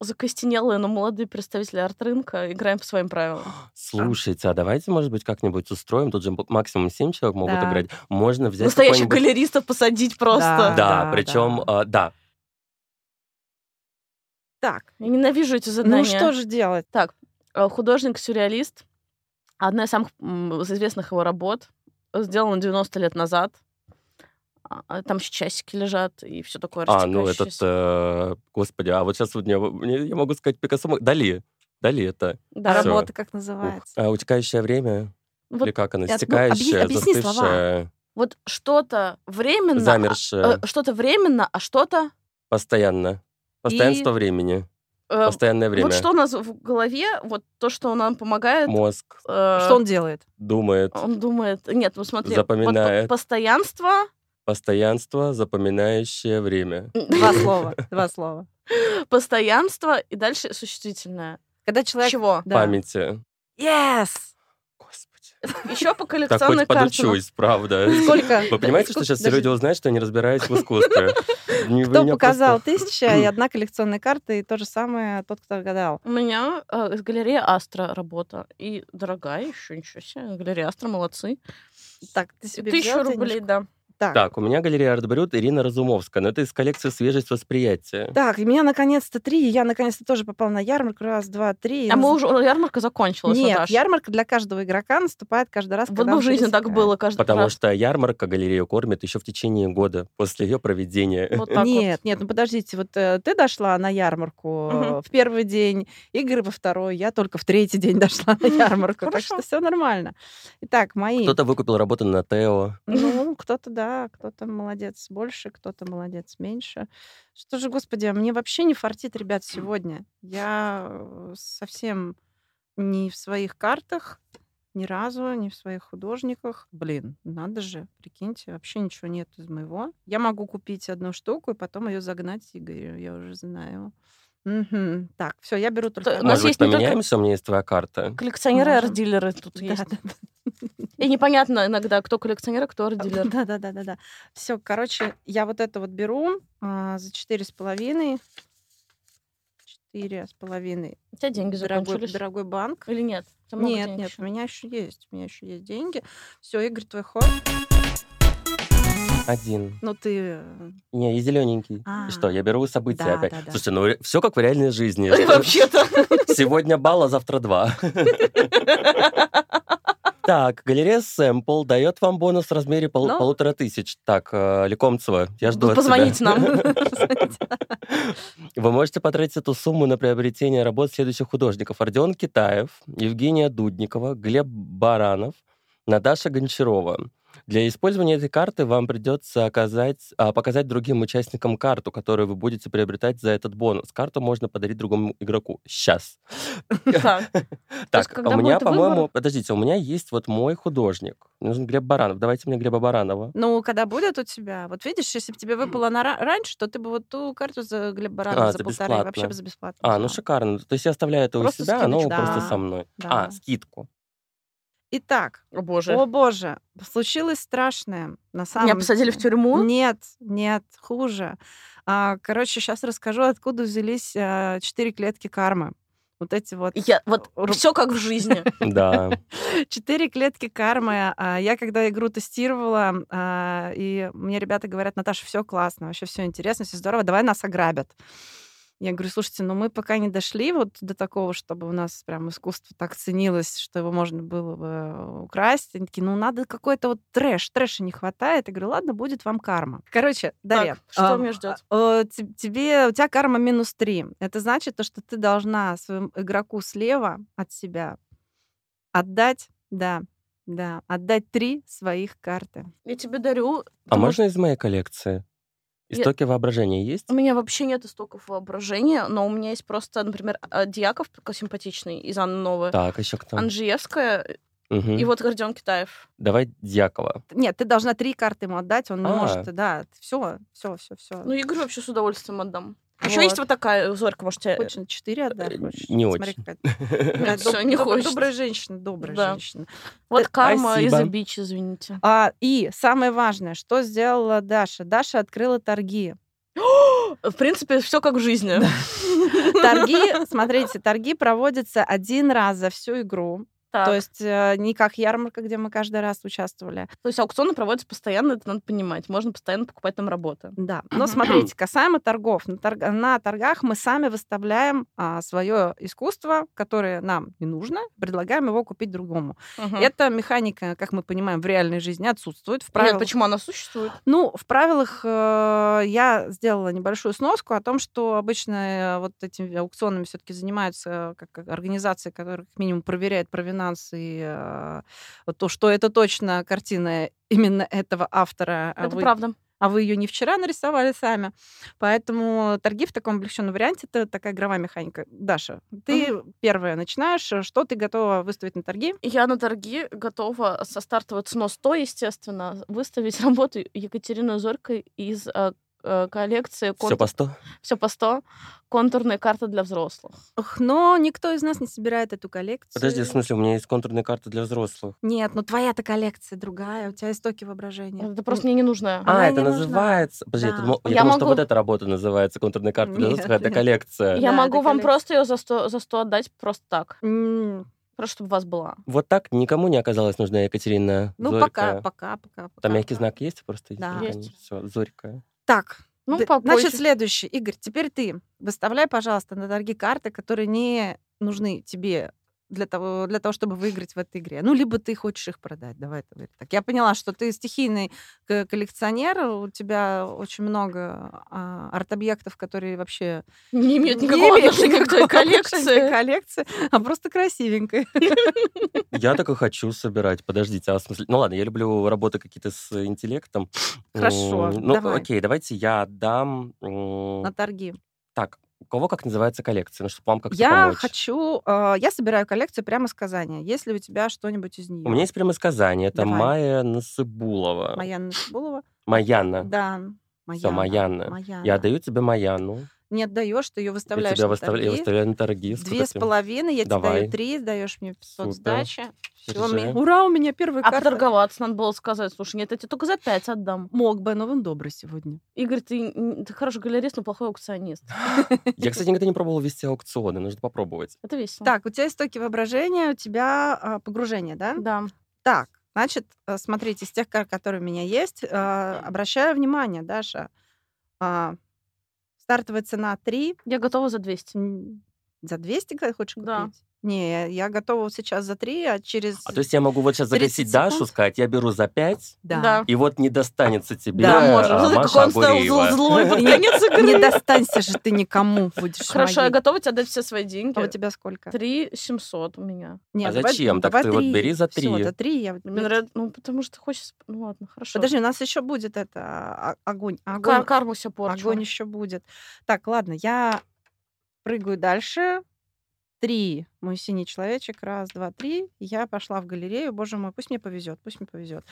Speaker 2: закостенелые, но молодые представители арт-рынка играем по своим правилам.
Speaker 3: Слушайте, а давайте, может быть, как-нибудь устроим. Тут же м- максимум 7 человек могут
Speaker 1: Да.
Speaker 3: играть. Можно взять
Speaker 2: Настоящих
Speaker 3: какой-нибудь-
Speaker 2: галеристов посадить просто.
Speaker 1: Да,
Speaker 3: Да,
Speaker 1: да.
Speaker 3: причем, э, да.
Speaker 1: Так,
Speaker 2: Я ненавижу эти задания.
Speaker 1: ну что же делать?
Speaker 2: Э, Художник-сюрреалист. Одна из самых м, известных его работ. Сделана 90 лет назад. А, а Там еще часики лежат и все такое
Speaker 3: А, ну этот,
Speaker 2: растекающееся.
Speaker 3: э, господи, а вот сейчас вот мне, мне- я могу сказать Пикассо, мог- Дали, Дали это.
Speaker 2: Да,
Speaker 3: всё.
Speaker 2: работа.
Speaker 1: работа как
Speaker 3: Ух,
Speaker 1: называется?
Speaker 3: а, утекающее время?
Speaker 2: Вот
Speaker 3: Или как оно?
Speaker 1: это, ну,
Speaker 3: Стекающее,
Speaker 1: объясни- объясни слова.
Speaker 3: застывшее,
Speaker 2: Вот что-то временно...
Speaker 3: замершее,
Speaker 2: э, Что-то временно, а что-то...
Speaker 3: постоянно. Постоянство времени.
Speaker 2: э,
Speaker 3: Постоянное время.
Speaker 2: Вот что у нас в голове, вот то, что нам помогает...
Speaker 3: Мозг
Speaker 2: э,
Speaker 3: а.
Speaker 1: Что он делает?
Speaker 3: думает.
Speaker 2: он думает... Нет, ну смотри. вот
Speaker 3: Запоминает.
Speaker 2: по- Постоянство.
Speaker 3: Постоянство, запоминающее время.
Speaker 1: Два слова. Два слова.
Speaker 2: Постоянство и дальше существительное.
Speaker 1: Когда человек...
Speaker 2: Чего?
Speaker 1: Да.
Speaker 3: Памяти.
Speaker 1: Yes!
Speaker 3: Господи.
Speaker 2: Еще по
Speaker 3: Так хоть
Speaker 2: коллекционной карте.
Speaker 3: подучусь, правда.
Speaker 1: Сколько?
Speaker 3: Вы понимаете, что
Speaker 1: сколько-
Speaker 3: сейчас все
Speaker 1: даже-
Speaker 3: люди узнают, что я не разбираюсь в искусстве? Не- вы
Speaker 1: Кто
Speaker 3: меня
Speaker 1: показал?
Speaker 3: просто-
Speaker 1: Тысяча и одна коллекционная карта, и то же самое тот, кто угадал.
Speaker 2: У меня э, из галереи Астра работа. И дорогая еще, ничего себе. Галерея Астра, молодцы.
Speaker 1: Так, ты себе
Speaker 2: Тысячу
Speaker 1: взял
Speaker 2: рублей,
Speaker 1: денежку?
Speaker 2: да.
Speaker 1: Так. так.
Speaker 3: Так, у меня галерея Артбрют Ирина Разумовская, но это из коллекции «Свежесть восприятия».
Speaker 1: и меня наконец-то три, и я наконец-то тоже попала на ярмарку. Раз, два, три. и
Speaker 2: А мы
Speaker 1: наз-
Speaker 2: уже... Ярмарка закончилась,
Speaker 1: Нет,
Speaker 2: Наташ.
Speaker 1: ярмарка для каждого игрока наступает каждый раз,
Speaker 2: Вот
Speaker 1: когда
Speaker 2: бы
Speaker 1: он
Speaker 2: в жизни так
Speaker 1: пересекает.
Speaker 2: было каждый
Speaker 3: Потому
Speaker 2: раз.
Speaker 3: что ярмарка галерею кормит еще в течение года после ее проведения.
Speaker 2: Вот так вот.
Speaker 1: нет, нет, ну подождите, вот э, ты дошла на ярмарку э,
Speaker 2: Мгм.
Speaker 1: в первый день, Игорь во второй, я только в третий день дошла на ярмарку, так что
Speaker 2: Хорошо.
Speaker 1: все нормально. Итак, мои.
Speaker 3: Кто-то выкупил работу на Тео.
Speaker 1: Ну, кто-то да, кто-то молодец больше, кто-то молодец меньше. Что же, господи, а мне вообще не фартит, ребят, сегодня. Я э, совсем не в своих картах, ни разу, не в своих художниках. Блин, надо же, прикиньте, вообще ничего нет из моего. Я могу купить одну штуку и потом ее загнать Игорю, я уже знаю. Мгм. Так, все, я беру только...
Speaker 2: Т-
Speaker 1: одну.
Speaker 2: нас
Speaker 3: Может быть,
Speaker 2: есть не только-
Speaker 3: поменяемся? У меня есть твоя карта.
Speaker 2: Коллекционеры и
Speaker 1: Можем.
Speaker 2: арт-дилеры тут
Speaker 1: Да,
Speaker 2: есть.
Speaker 1: да, да.
Speaker 2: И непонятно иногда, кто коллекционер, а кто арт-дилер.
Speaker 1: Да, да, да, да, да. Все, короче, я вот это вот беру а, за четыре с половиной. Четыре с половиной.
Speaker 2: У тебя деньги
Speaker 1: Дорогой,
Speaker 2: закончились.
Speaker 1: дорогой банк.
Speaker 2: Или нет? У тебя много
Speaker 1: Нет,
Speaker 2: денег
Speaker 1: нет,
Speaker 2: ещё?
Speaker 1: у меня еще есть, у меня еще есть деньги. Все, Игорь, твой ход.
Speaker 3: Один.
Speaker 1: Ну, ты...
Speaker 3: Не, и зелененький.
Speaker 1: А.
Speaker 3: И что, я беру события
Speaker 1: Да,
Speaker 3: опять.
Speaker 1: да, да.
Speaker 3: Слушайте, ну все как в реальной жизни.
Speaker 2: Вообще-то.
Speaker 3: Сегодня балл, а завтра два. Так, галерея Сэмпл дает вам бонус в размере полу-
Speaker 1: Ну.
Speaker 3: полутора тысяч. Так, э, Лекомцева, я жду от тебя.
Speaker 2: Позвоните нам.
Speaker 3: Вы можете потратить эту сумму на приобретение работ следующих художников. Родион Китаев, Евгения Дудникова, Глеб Баранов, Наташа Гончарова. Для использования этой карты вам придется оказать, а, показать другим участникам карту, которую вы будете приобретать за этот бонус. Карту можно подарить другому игроку. Сейчас.
Speaker 2: Так. есть,
Speaker 3: Так,
Speaker 2: когда
Speaker 3: а у меня,
Speaker 2: будет выбор-
Speaker 3: по-моему, подождите, у меня есть вот мой художник. Мне Нужен Глеб Баранов. Давайте мне Глеба Баранова.
Speaker 1: Ну, когда будет у тебя, вот видишь, если бы тебе выпало на ра- раньше, то ты бы вот ту карту за Глеб Баранова
Speaker 3: А,
Speaker 1: за
Speaker 3: это
Speaker 1: полторы вообще
Speaker 3: бесплатно.
Speaker 1: бы за бесплатно.
Speaker 3: А,
Speaker 1: взяла.
Speaker 3: ну шикарно. То есть я оставляю это
Speaker 1: Просто
Speaker 3: у себя, оно
Speaker 1: скидочку.
Speaker 3: просто
Speaker 1: Да,
Speaker 3: со мной.
Speaker 1: да.
Speaker 3: А, скидку.
Speaker 1: Итак,
Speaker 2: О, боже.
Speaker 1: о боже, случилось страшное. На самом
Speaker 2: Меня посадили в
Speaker 1: деле.
Speaker 2: тюрьму.
Speaker 1: Нет, нет, хуже. А, короче, сейчас расскажу, откуда взялись а, четыре клетки кармы. Вот эти вот
Speaker 2: Я вот
Speaker 1: Ру-
Speaker 2: все как в жизни.
Speaker 3: Да. А
Speaker 1: четыре клетки кармы. А, Я когда игру тестировала, а, и мне ребята говорят, Наташа, все классно, вообще все интересно, все здорово, давай нас ограбят. Я говорю, слушайте, ну мы пока не дошли вот до такого, чтобы у нас прям искусство так ценилось, что его можно было бы украсть. Они такие, ну надо какой-то вот трэш, трэша не хватает. Я говорю, ладно, будет вам карма. Короче, Дарья.
Speaker 2: Так, что
Speaker 1: а,
Speaker 2: меня ждет?
Speaker 1: э, те- тебе, у тебя карма минус 3. Это значит, то, что ты должна своему игроку слева от себя отдать, да, да, отдать три своих карты.
Speaker 2: Я тебе дарю.
Speaker 3: А
Speaker 2: Ты можешь-
Speaker 3: можно из моей коллекции?
Speaker 2: Я-
Speaker 3: Истоки воображения есть?
Speaker 2: У меня вообще нет истоков воображения, но у меня есть просто, например, а, Дьяков такой симпатичный из Анны Новой,
Speaker 3: Так, еще кто?
Speaker 2: Анжиевская э,
Speaker 3: Мгм.
Speaker 2: и вот Гордион Китаев.
Speaker 3: Давай Дьякова.
Speaker 1: Нет, ты должна три карты ему отдать, он не
Speaker 3: А.
Speaker 1: может, да, все, все, все, все.
Speaker 2: Ну, я говорю, вообще с удовольствием отдам. Еще
Speaker 1: Вот.
Speaker 2: есть вот такая э, Зорька, можете...
Speaker 1: Хочешь на четыре отдать?
Speaker 3: Э,
Speaker 1: Хочешь?
Speaker 3: не
Speaker 1: Смотри,
Speaker 3: очень.
Speaker 1: какая ты- какая
Speaker 2: Всё,
Speaker 1: доб-
Speaker 2: не
Speaker 1: доб-
Speaker 2: хочется.
Speaker 1: Добрая женщина, добрая
Speaker 2: Да.
Speaker 1: женщина.
Speaker 2: Вот карма из
Speaker 3: спасибо.
Speaker 2: бич, извините.
Speaker 1: А, и самое важное, что сделала Даша? Даша открыла торги.
Speaker 2: В принципе, все как в жизни.
Speaker 1: Торги, смотрите, торги проводятся один раз за всю игру.
Speaker 2: Так.
Speaker 1: То есть э, не как ярмарка, где мы каждый раз участвовали.
Speaker 2: То есть аукционы проводятся постоянно, это надо понимать. Можно постоянно покупать там работы.
Speaker 1: Да. Но смотрите, касаемо торгов, на, торг- на торгах мы сами выставляем свое искусство, которое нам не нужно, предлагаем его купить другому.
Speaker 2: Мгм.
Speaker 1: Эта механика, как мы понимаем, в реальной жизни отсутствует. В
Speaker 2: Нет,
Speaker 1: правилах
Speaker 2: почему она существует?
Speaker 1: Ну, в правилах э, я сделала небольшую сноску о том, что обычно э, вот этими аукционами все-таки занимаются как как организации, которые как минимум проверяют провинанс и э, вот то, что это точно картина именно этого автора, а,
Speaker 2: это
Speaker 1: вы,
Speaker 2: правда.
Speaker 1: а вы ее не вчера нарисовали сами. Поэтому торги в таком облегченном варианте это такая игровая механика. Даша, ты первая начинаешь, э, что ты готова выставить на торги?
Speaker 2: Я на торги готова со стартовой ценой 100, естественно, выставить работу Екатерины Зорькой из э, э, коллекции
Speaker 3: Все по сто?
Speaker 2: «Все по 100. Контурные карты для взрослых.
Speaker 1: Ох, но никто из нас не собирает эту коллекцию.
Speaker 3: Подожди, в смысле, у меня есть контурные карты для взрослых.
Speaker 1: Нет, ну твоя-то коллекция другая, у тебя истоки воображения.
Speaker 2: Это просто мне не нужно.
Speaker 1: Она
Speaker 3: а,
Speaker 1: не
Speaker 3: это
Speaker 1: нужна.
Speaker 3: называется... Подожди,
Speaker 1: Да.
Speaker 3: это мо- я,
Speaker 2: Я
Speaker 3: думал, что
Speaker 2: могу-
Speaker 3: вот эта работа называется контурные карты для
Speaker 1: Нет,
Speaker 3: взрослых, а это
Speaker 1: нет.
Speaker 3: коллекция.
Speaker 2: Я
Speaker 1: Да,
Speaker 2: могу
Speaker 1: это
Speaker 2: вам
Speaker 1: коллекция.
Speaker 2: просто ее за 100, за 100 отдать просто так.
Speaker 1: М,
Speaker 2: Просто чтобы у вас была.
Speaker 3: Вот так никому не оказалась нужна Екатерина
Speaker 1: Ну,
Speaker 3: Зорька.
Speaker 1: пока, пока, пока, пока.
Speaker 3: Там мягкий знак есть просто?
Speaker 1: Да.
Speaker 2: Есть.
Speaker 3: Все, Зорька.
Speaker 1: Так,
Speaker 2: Ну,
Speaker 1: да-
Speaker 2: попозже.
Speaker 1: значит, следующий. Игорь, теперь ты. Выставляй, пожалуйста, на дорогие карты, которые не нужны тебе для того, для того, чтобы выиграть в этой игре. Ну, либо ты хочешь их продать. Давай это говорит так. Я поняла, что ты стихийный к- коллекционер, у тебя очень много а, арт-объектов, которые вообще
Speaker 2: Не имеет
Speaker 1: не
Speaker 2: никакого
Speaker 1: имеют
Speaker 2: отношения к
Speaker 1: никакого
Speaker 2: той
Speaker 1: отношения к
Speaker 2: коллекции.
Speaker 1: коллекции, а просто красивенькая.
Speaker 3: Я так и хочу собирать. Подождите, а в смысле... Ну ладно, я люблю работы какие-то с интеллектом.
Speaker 1: Хорошо,
Speaker 3: М, Ну
Speaker 1: давай.
Speaker 3: окей, давайте я отдам... м,
Speaker 1: На торги.
Speaker 3: Так, у кого как называется коллекция? Ну, чтобы вам как-то
Speaker 1: Я
Speaker 3: помочь.
Speaker 1: хочу, э, я собираю коллекцию прямо с Казани. Если у тебя что-нибудь из нее.
Speaker 3: У меня есть прямо сказание. Это
Speaker 1: Давай.
Speaker 3: Майя Насыбулова.
Speaker 1: Маяна Насыбулова.
Speaker 3: Майяна.
Speaker 1: Да. Маяна.
Speaker 3: Все, Майяна.
Speaker 1: Маяна.
Speaker 3: Я отдаю тебе Майяну.
Speaker 1: Не отдаешь, ты ее
Speaker 3: Я
Speaker 1: выставляешь
Speaker 3: тебя
Speaker 1: на
Speaker 3: выставля- я
Speaker 1: торги.
Speaker 3: выставляю на торги. Сколько
Speaker 1: Две с
Speaker 3: тебе?
Speaker 1: половиной, я тебе
Speaker 3: Давай.
Speaker 1: даю три, даешь мне 500
Speaker 3: Супер.
Speaker 1: сдачи. Всё,
Speaker 3: Держи.
Speaker 1: мне- Ура, у меня первый
Speaker 2: А
Speaker 1: карта.
Speaker 2: поторговаться надо было сказать, слушай, нет, я тебе только за 5 отдам.
Speaker 1: Мог бы, но он добрый сегодня.
Speaker 2: Игорь, ты, н- ты хороший галерист, но плохой аукционист.
Speaker 3: Я, кстати, никогда не пробовал вести аукционы. Нужно попробовать.
Speaker 2: Это весело.
Speaker 1: Так, у тебя истоки воображения, у тебя а, погружение, да?
Speaker 2: Да.
Speaker 1: Так, Значит, э, смотрите, из тех карт, которые у меня есть, э, обращаю внимание, Даша, а, стартовая цена 3,
Speaker 2: Я готова за 200.
Speaker 1: за 200 га- хочешь купить?
Speaker 2: Да.
Speaker 1: Не, я- я готова вот сейчас за 3, а через...
Speaker 3: А то есть я могу вот сейчас
Speaker 1: 30
Speaker 3: загасить
Speaker 1: секунд?
Speaker 3: Дашу, сказать, я беру за 5,
Speaker 2: Да.
Speaker 3: и вот не достанется тебе
Speaker 1: Да,
Speaker 3: э,
Speaker 1: можем.
Speaker 3: а,
Speaker 2: Смотри,
Speaker 3: Маша
Speaker 2: какой он стал зл-
Speaker 3: Агуреева.
Speaker 2: злой под
Speaker 1: Не-
Speaker 2: конец
Speaker 1: Не
Speaker 2: игры.
Speaker 1: достанься же ты никому, будешь
Speaker 2: Хорошо, я
Speaker 1: моей.
Speaker 2: готова тебе отдать все свои деньги.
Speaker 1: А у тебя сколько?
Speaker 2: 3 700 у меня.
Speaker 1: Не,
Speaker 3: А
Speaker 1: давай- ну,
Speaker 3: зачем? Так
Speaker 1: давай
Speaker 3: ты вот
Speaker 1: три.
Speaker 3: бери за
Speaker 1: Всё,
Speaker 3: три.
Speaker 1: за три я...
Speaker 2: Мне нравится, ну, потому что хочется... Ну, ладно, хорошо.
Speaker 1: Подожди, у нас еще будет это а, огонь.
Speaker 2: Кар-
Speaker 1: Огонь,
Speaker 2: карму себе порчу.
Speaker 1: огонь еще будет. Так, ладно, я прыгаю дальше. Три. Мой синий человечек. Раз, два, три. Я пошла в галерею. Боже мой, пусть мне повезет, пусть мне повезет.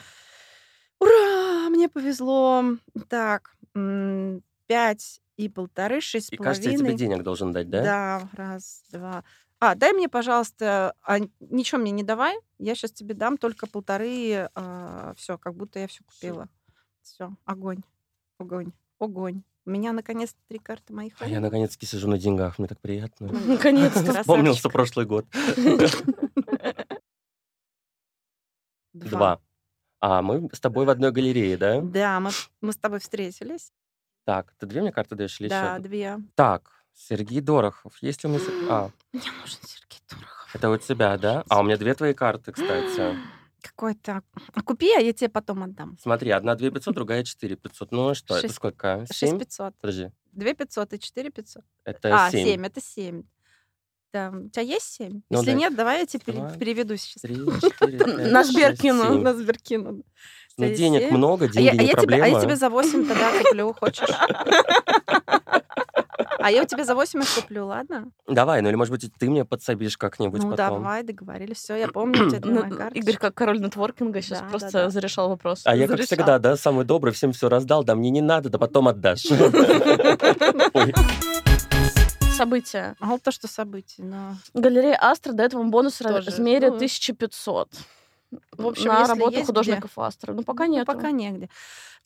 Speaker 1: Ура! Мне повезло. Так, м, пять и полторы, шесть с
Speaker 3: И кажется, я
Speaker 1: половиной.
Speaker 3: тебе денег должен дать, да?
Speaker 1: Да, раз, два. А, дай мне, пожалуйста, а, ничего мне не давай. Я сейчас тебе дам только полторы. все, как будто я все купила. Все, огонь, огонь, огонь. У меня наконец-то три карты моих.
Speaker 3: А я наконец-таки сижу на деньгах, мне так приятно.
Speaker 2: Наконец-то.
Speaker 1: Красавчик.
Speaker 3: Вспомнился прошлый год. Два. А мы с тобой в одной галерее, да?
Speaker 1: Да, мы, мы с тобой встретились.
Speaker 3: Так, ты две мне карты даешь или
Speaker 1: да,
Speaker 3: еще?
Speaker 1: две.
Speaker 3: Так, Сергей Дорохов. Есть ли у меня... Сер- А,
Speaker 1: Мне нужен Сергей Дорохов.
Speaker 3: это у тебя, да? А, у меня две твои карты, кстати.
Speaker 1: Какой-то. А Купи, а я тебе потом отдам.
Speaker 3: Смотри, одна 2500, другая 4500. Ну а что, это
Speaker 1: Шесть-
Speaker 3: сколько?
Speaker 1: Шесть
Speaker 3: Семь?
Speaker 1: пятьсот.
Speaker 3: Подожди,
Speaker 1: Две пятьсот и четыре пятьсот.
Speaker 3: это
Speaker 1: а, семь.
Speaker 3: семь.
Speaker 1: это семь. Да, У тебя есть семь?
Speaker 3: Ну
Speaker 1: Если
Speaker 3: да.
Speaker 1: нет, давай я тебе пере-
Speaker 3: Два,
Speaker 1: переведу сейчас.
Speaker 3: Три, четыре, пять,
Speaker 2: На
Speaker 3: шесть,
Speaker 2: Сберкину.
Speaker 3: семь.
Speaker 1: На Сберкину.
Speaker 3: Ну,
Speaker 1: Шесть,
Speaker 3: денег
Speaker 1: семь.
Speaker 3: много, деньги
Speaker 1: а, я, а
Speaker 3: не
Speaker 1: я тебе, а я
Speaker 3: проблема.
Speaker 1: тебе за 8 тогда куплю, хочешь? А я у тебя за 8 их куплю, ладно?
Speaker 3: Давай, ну или, может быть, ты мне подсобишь как-нибудь
Speaker 1: ну,
Speaker 3: потом.
Speaker 1: давай, договорились. Все, я помню, у тебя две
Speaker 2: Ну,
Speaker 1: мои карточки.
Speaker 2: Игорь, как король нетворкинга, сейчас
Speaker 1: Да,
Speaker 2: просто
Speaker 1: да, да.
Speaker 2: зарешал вопрос.
Speaker 3: А я, как
Speaker 2: Зарешал.
Speaker 3: всегда, да, самый добрый, всем все раздал, да мне не надо, да потом отдашь. Ой,
Speaker 2: События.
Speaker 1: А вот то, что событие, но...
Speaker 2: Галерея Астра дает вам бонус в
Speaker 1: Тоже,
Speaker 2: размере
Speaker 1: ну,
Speaker 2: 1500.
Speaker 1: в общем,
Speaker 2: на
Speaker 1: если
Speaker 2: работу
Speaker 1: есть
Speaker 2: художников Астра. Ну, пока
Speaker 1: Ну,
Speaker 2: нет.
Speaker 1: Пока негде.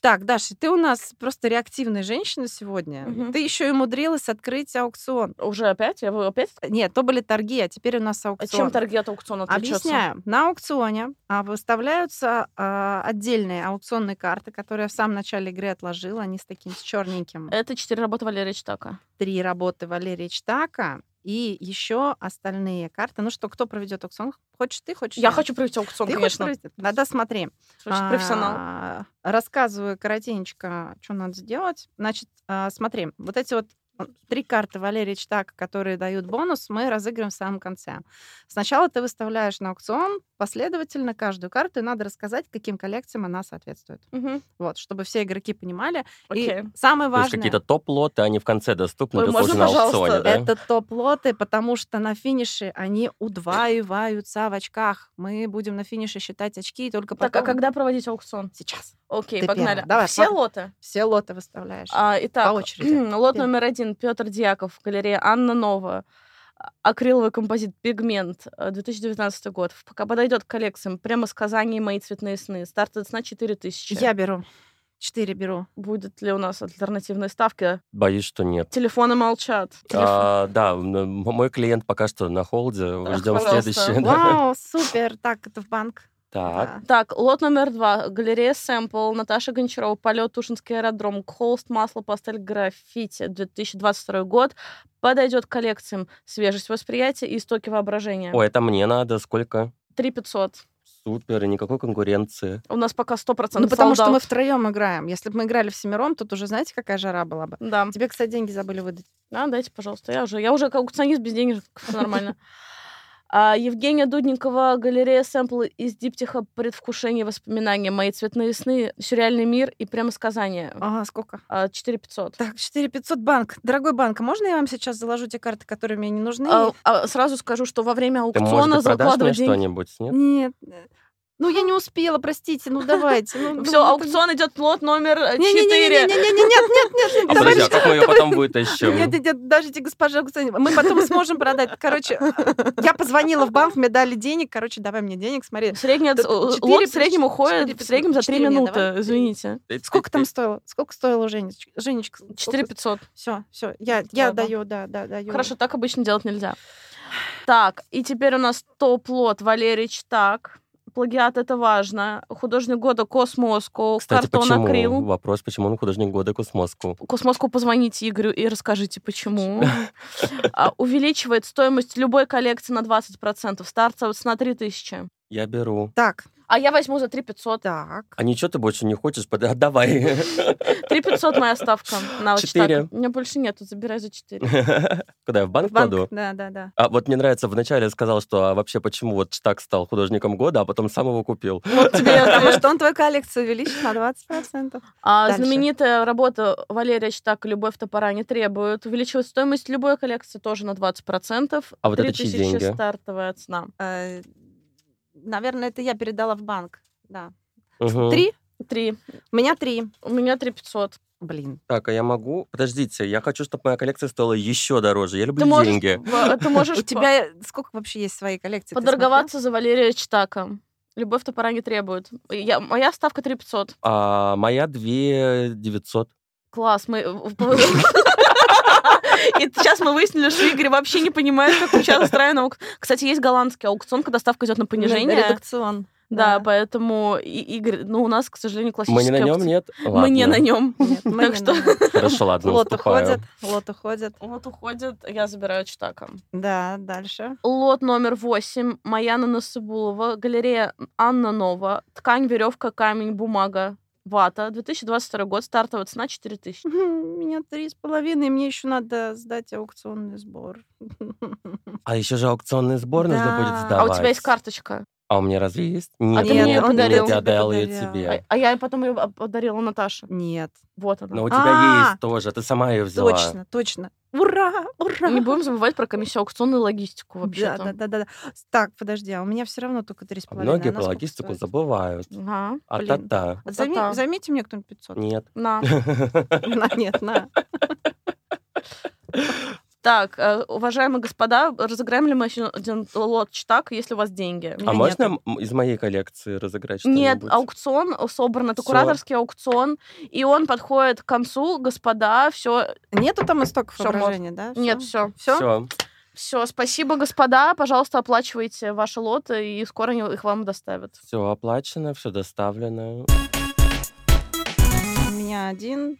Speaker 1: Так, Даша, ты у нас просто реактивная женщина сегодня.
Speaker 2: Мгм.
Speaker 1: Ты еще и умудрилась открыть аукцион.
Speaker 2: Уже опять? Я вы опять?
Speaker 1: Нет, то были торги, а теперь у нас
Speaker 2: А
Speaker 1: аукцион.
Speaker 2: Чем торги от аукциона отличаются?
Speaker 1: Объясняю. На аукционе а, выставляются а, отдельные аукционные карты, которые я в самом начале игры отложила. Они с таким с черненьким.
Speaker 2: Это четыре работы Валерия Чтака.
Speaker 1: Три работы Валерия Чтака и еще остальные карты. Ну что, кто проведет аукцион? Хочешь ты, хочешь
Speaker 2: Я хочу провести аукцион,
Speaker 1: ты хочешь
Speaker 2: конечно.
Speaker 1: провести? Тогда смотри.
Speaker 2: Очень
Speaker 1: А,
Speaker 2: профессионал.
Speaker 1: Рассказываю коротенечко, что надо сделать. Значит, а, смотри, вот эти вот э, три карты Валерия Чтака, которые дают бонус, мы разыграем в самом конце. Сначала ты выставляешь на аукцион последовательно каждую карту, и надо рассказать, каким коллекциям она соответствует.
Speaker 2: Мгм.
Speaker 1: Вот, чтобы все игроки понимали.
Speaker 2: Окей.
Speaker 1: И самое
Speaker 3: То есть
Speaker 1: важное...
Speaker 3: какие-то топ-лоты, они в конце доступны,
Speaker 2: Ой,
Speaker 3: только
Speaker 2: можно,
Speaker 3: уже на
Speaker 2: пожалуйста,
Speaker 3: аукционе, да?
Speaker 1: Это топ-лоты, потому что на финише они удваиваются в очках. Мы будем на финише считать очки, и только
Speaker 2: Так,
Speaker 1: потом...
Speaker 2: а когда проводить аукцион?
Speaker 1: Сейчас.
Speaker 2: Окей,
Speaker 1: Ты
Speaker 2: погнали.
Speaker 1: первая. Давай,
Speaker 2: Все
Speaker 1: пог-
Speaker 2: лоты?
Speaker 1: Все лоты выставляешь.
Speaker 2: А, итак,
Speaker 1: По очереди.
Speaker 2: лот
Speaker 1: Пер-
Speaker 2: номер один. Петр Дьяков, галерея Анна Нова. А- Акриловый композит «Пигмент», э, 2019 год. В- Пока подойдет к коллекциям. Прямо с Казани «Мои цветные сны». Старт от сна 4000.
Speaker 1: Я беру. Четыре беру.
Speaker 2: Будет ли у нас альтернативные ставки?
Speaker 3: Боюсь, что нет.
Speaker 2: Телефоны молчат.
Speaker 3: А, да, м- м- мой клиент пока что на холде, ждем
Speaker 2: пожалуйста.
Speaker 3: следующее. да.
Speaker 1: Вау, супер. Так, это в банк. Да.
Speaker 3: Так,
Speaker 2: Так, лот номер два. Галерея «Сэмпл», Наташа Гончарова, «Полет», Тушинский аэродром, холст, масло, пастель, граффити, 2022 год. Подойдет к коллекциям «Свежесть восприятия» и «Истоки воображения».
Speaker 3: Ой, это мне надо, сколько?
Speaker 2: 3500.
Speaker 3: Супер, и никакой конкуренции.
Speaker 2: У нас пока 100%
Speaker 1: Ну, потому что мы
Speaker 2: солдат.
Speaker 1: втроем играем. Если бы мы играли в семером, тут уже знаете, какая жара была бы.
Speaker 2: Да.
Speaker 1: Тебе, кстати, деньги забыли выдать.
Speaker 2: Да, дайте, пожалуйста. Я уже, я уже как аукционист без денег, все нормально. А, Евгения Дудникова, галерея сэмплы из диптиха «Предвкушение воспоминания», «Мои цветные сны», «Сюрреальный мир» и «Прямо сказание».
Speaker 1: А, сколько?
Speaker 2: 4500.
Speaker 1: Так, 4500 банк. Дорогой банк, а можно я вам сейчас заложу те карты, которые мне не нужны?
Speaker 2: А, а сразу скажу, что во время
Speaker 1: Ну,
Speaker 3: Ты, может
Speaker 2: аукциона
Speaker 3: быть, продашь мне
Speaker 2: закладывать деньги.
Speaker 3: что-нибудь? Нет?
Speaker 1: Нет. Ну, я не успела, простите. Ну, давайте. Ну,
Speaker 2: Все, аукцион идет лот номер э,
Speaker 1: не не не не
Speaker 2: 4.
Speaker 1: не не нет, нет, нет.
Speaker 3: А подожди, а как мы ее
Speaker 1: давай-
Speaker 3: потом вытащим?
Speaker 1: Нет, нет, нет, дождите, госпожа Гусейнова, мы потом сможем продать. Короче, я позвонила в банк, мне дали денег, короче, давай мне денег, смотри.
Speaker 2: Средний от-
Speaker 1: Тут
Speaker 2: лот
Speaker 1: четыре
Speaker 2: в среднем
Speaker 1: плюс-
Speaker 2: уходит
Speaker 1: четыре
Speaker 2: в среднем за 3
Speaker 1: плюс- четыре мне,
Speaker 2: минуты,
Speaker 1: давай.
Speaker 2: извините.
Speaker 3: Ты-
Speaker 1: Сколько
Speaker 3: ты-
Speaker 1: там
Speaker 3: ты-
Speaker 1: стоило? Сколько стоило Женечка? Женечка,
Speaker 2: 4500.
Speaker 1: Все, все, я,
Speaker 2: Твоя
Speaker 1: я даю, да, да, даю.
Speaker 2: Хорошо, так обычно делать нельзя. Так, и теперь у нас топ-лот Валерий Чтак. Плагиат — это важно. Художник года Космоску,
Speaker 3: Кстати,
Speaker 2: картон
Speaker 3: почему?
Speaker 2: акрил.
Speaker 3: Вопрос, почему он художник года Космоску?
Speaker 2: Космоску позвоните Игорю и расскажите, почему. А, Увеличивает стоимость любой коллекции на 20%. Стартовая цена 3000.
Speaker 3: Я беру.
Speaker 1: Так,
Speaker 2: А я возьму за 3500.
Speaker 1: так.
Speaker 3: А ничего ты больше не хочешь? Под- Отдавай.
Speaker 2: 3500 моя ставка на вот
Speaker 3: Четыре.
Speaker 2: штаты. У меня больше нету, забирай за 4.
Speaker 3: Куда я в банк
Speaker 1: Банк,
Speaker 3: кладу?
Speaker 1: да, да, да.
Speaker 3: А вот мне нравится, вначале я сказал, что а вообще почему вот Штак стал художником года, а потом сам его купил.
Speaker 1: Потому что он твою коллекцию увеличит на 20%.
Speaker 2: А,
Speaker 1: Дальше.
Speaker 2: знаменитая работа Валерия Читака «Любовь топора не требует». Увеличивает стоимость любой коллекции тоже на 20%.
Speaker 3: А вот это чьи
Speaker 2: 3000
Speaker 3: деньги?
Speaker 2: стартовая цена.
Speaker 1: Э, Наверное, это я передала в банк. Да.
Speaker 3: Мгм.
Speaker 1: Три?
Speaker 2: Три.
Speaker 1: У меня три.
Speaker 2: У меня 3500.
Speaker 1: Блин.
Speaker 3: Так, а я могу? Подождите, я хочу, чтобы моя коллекция стоила еще дороже. Я люблю
Speaker 2: Ты можешь,
Speaker 3: деньги.
Speaker 2: в- а, ты можешь
Speaker 1: У тебя сколько вообще есть своей коллекции? Ты
Speaker 2: подорговаться за Валерия Читака. Любовь топора не требует. Я, моя ставка 3500.
Speaker 3: А моя 2 900.
Speaker 2: Класс, мы... э, И сейчас мы выяснили, что Игорь вообще не понимает, как сейчас устроен аукцион. Кстати, есть голландский аукцион, когда ставка идет на
Speaker 1: смотрела?
Speaker 2: понижение.
Speaker 1: Редакцион.
Speaker 2: Да, поэтому и- Игорь, ну у нас, к сожалению,
Speaker 3: Мы
Speaker 2: классический
Speaker 3: не на нем,
Speaker 2: аукцион.
Speaker 3: нет?
Speaker 2: Мы не
Speaker 3: Ладно.
Speaker 2: на нем.
Speaker 1: Нет, мы
Speaker 2: Так
Speaker 1: не
Speaker 2: что-
Speaker 1: на нем.
Speaker 3: Хорошо, ладно,
Speaker 1: Лот
Speaker 3: уступаю.
Speaker 1: уходит, лот уходит.
Speaker 2: Вот уходит, я забираю Читака.
Speaker 1: Да, дальше.
Speaker 2: Лот номер 8. Маяна Насыбулова. Галерея Анна Нова. Ткань, веревка, камень, бумага. Вата. 2022 год. Стартовая цена 4000.
Speaker 1: У меня три с половиной, мне еще надо сдать аукционный сбор.
Speaker 3: А еще же аукционный сбор нужно
Speaker 1: Да.
Speaker 3: будет
Speaker 1: А
Speaker 3: сдавать.
Speaker 2: А у тебя есть карточка.
Speaker 3: А у меня разве есть?
Speaker 2: А ты мне
Speaker 3: нет,
Speaker 2: подарил.
Speaker 3: я
Speaker 1: Тебе
Speaker 3: отдал ее
Speaker 1: подарила.
Speaker 2: А,
Speaker 3: тебе.
Speaker 2: а я потом ее подарила Наташе.
Speaker 1: Нет.
Speaker 2: Вот она.
Speaker 3: Но у тебя
Speaker 1: А,
Speaker 3: есть тоже, ты сама ее взяла.
Speaker 1: Точно, точно. Ура, ура.
Speaker 2: Не будем забывать про комиссию аукционную логистику вообще-то.
Speaker 1: Да, да, да, да. Так, подожди, а у меня все равно только три с
Speaker 3: А
Speaker 1: половиной.
Speaker 3: Многие
Speaker 1: Она
Speaker 3: про
Speaker 1: сколько
Speaker 3: логистику
Speaker 1: стоит?
Speaker 3: забывают.
Speaker 2: Ага,
Speaker 3: А
Speaker 1: Блин.
Speaker 3: та-та.
Speaker 1: А заме-
Speaker 2: Да-да.
Speaker 1: Заметьте мне кто-нибудь 500.
Speaker 3: Нет. А
Speaker 2: на.
Speaker 1: На, Нет, на.
Speaker 2: Так, э, уважаемые господа, разыграем ли мы еще один лот читак, если у вас деньги?
Speaker 3: А
Speaker 1: Меня
Speaker 3: можно м- из моей коллекции разыграть что-нибудь?
Speaker 2: Ну, Нет, а аукцион собран, это
Speaker 3: Всё.
Speaker 2: кураторский аукцион, и он подходит к концу, господа, все,
Speaker 1: Нету там истоков
Speaker 2: Всё, можно.
Speaker 1: воображения, да? Всё?
Speaker 2: нет, все,
Speaker 1: Всё?
Speaker 3: Все.
Speaker 2: все, спасибо, господа, пожалуйста, оплачивайте ваши лоты, и скоро они их вам доставят.
Speaker 3: Все оплачено, все доставлено.
Speaker 1: У меня один.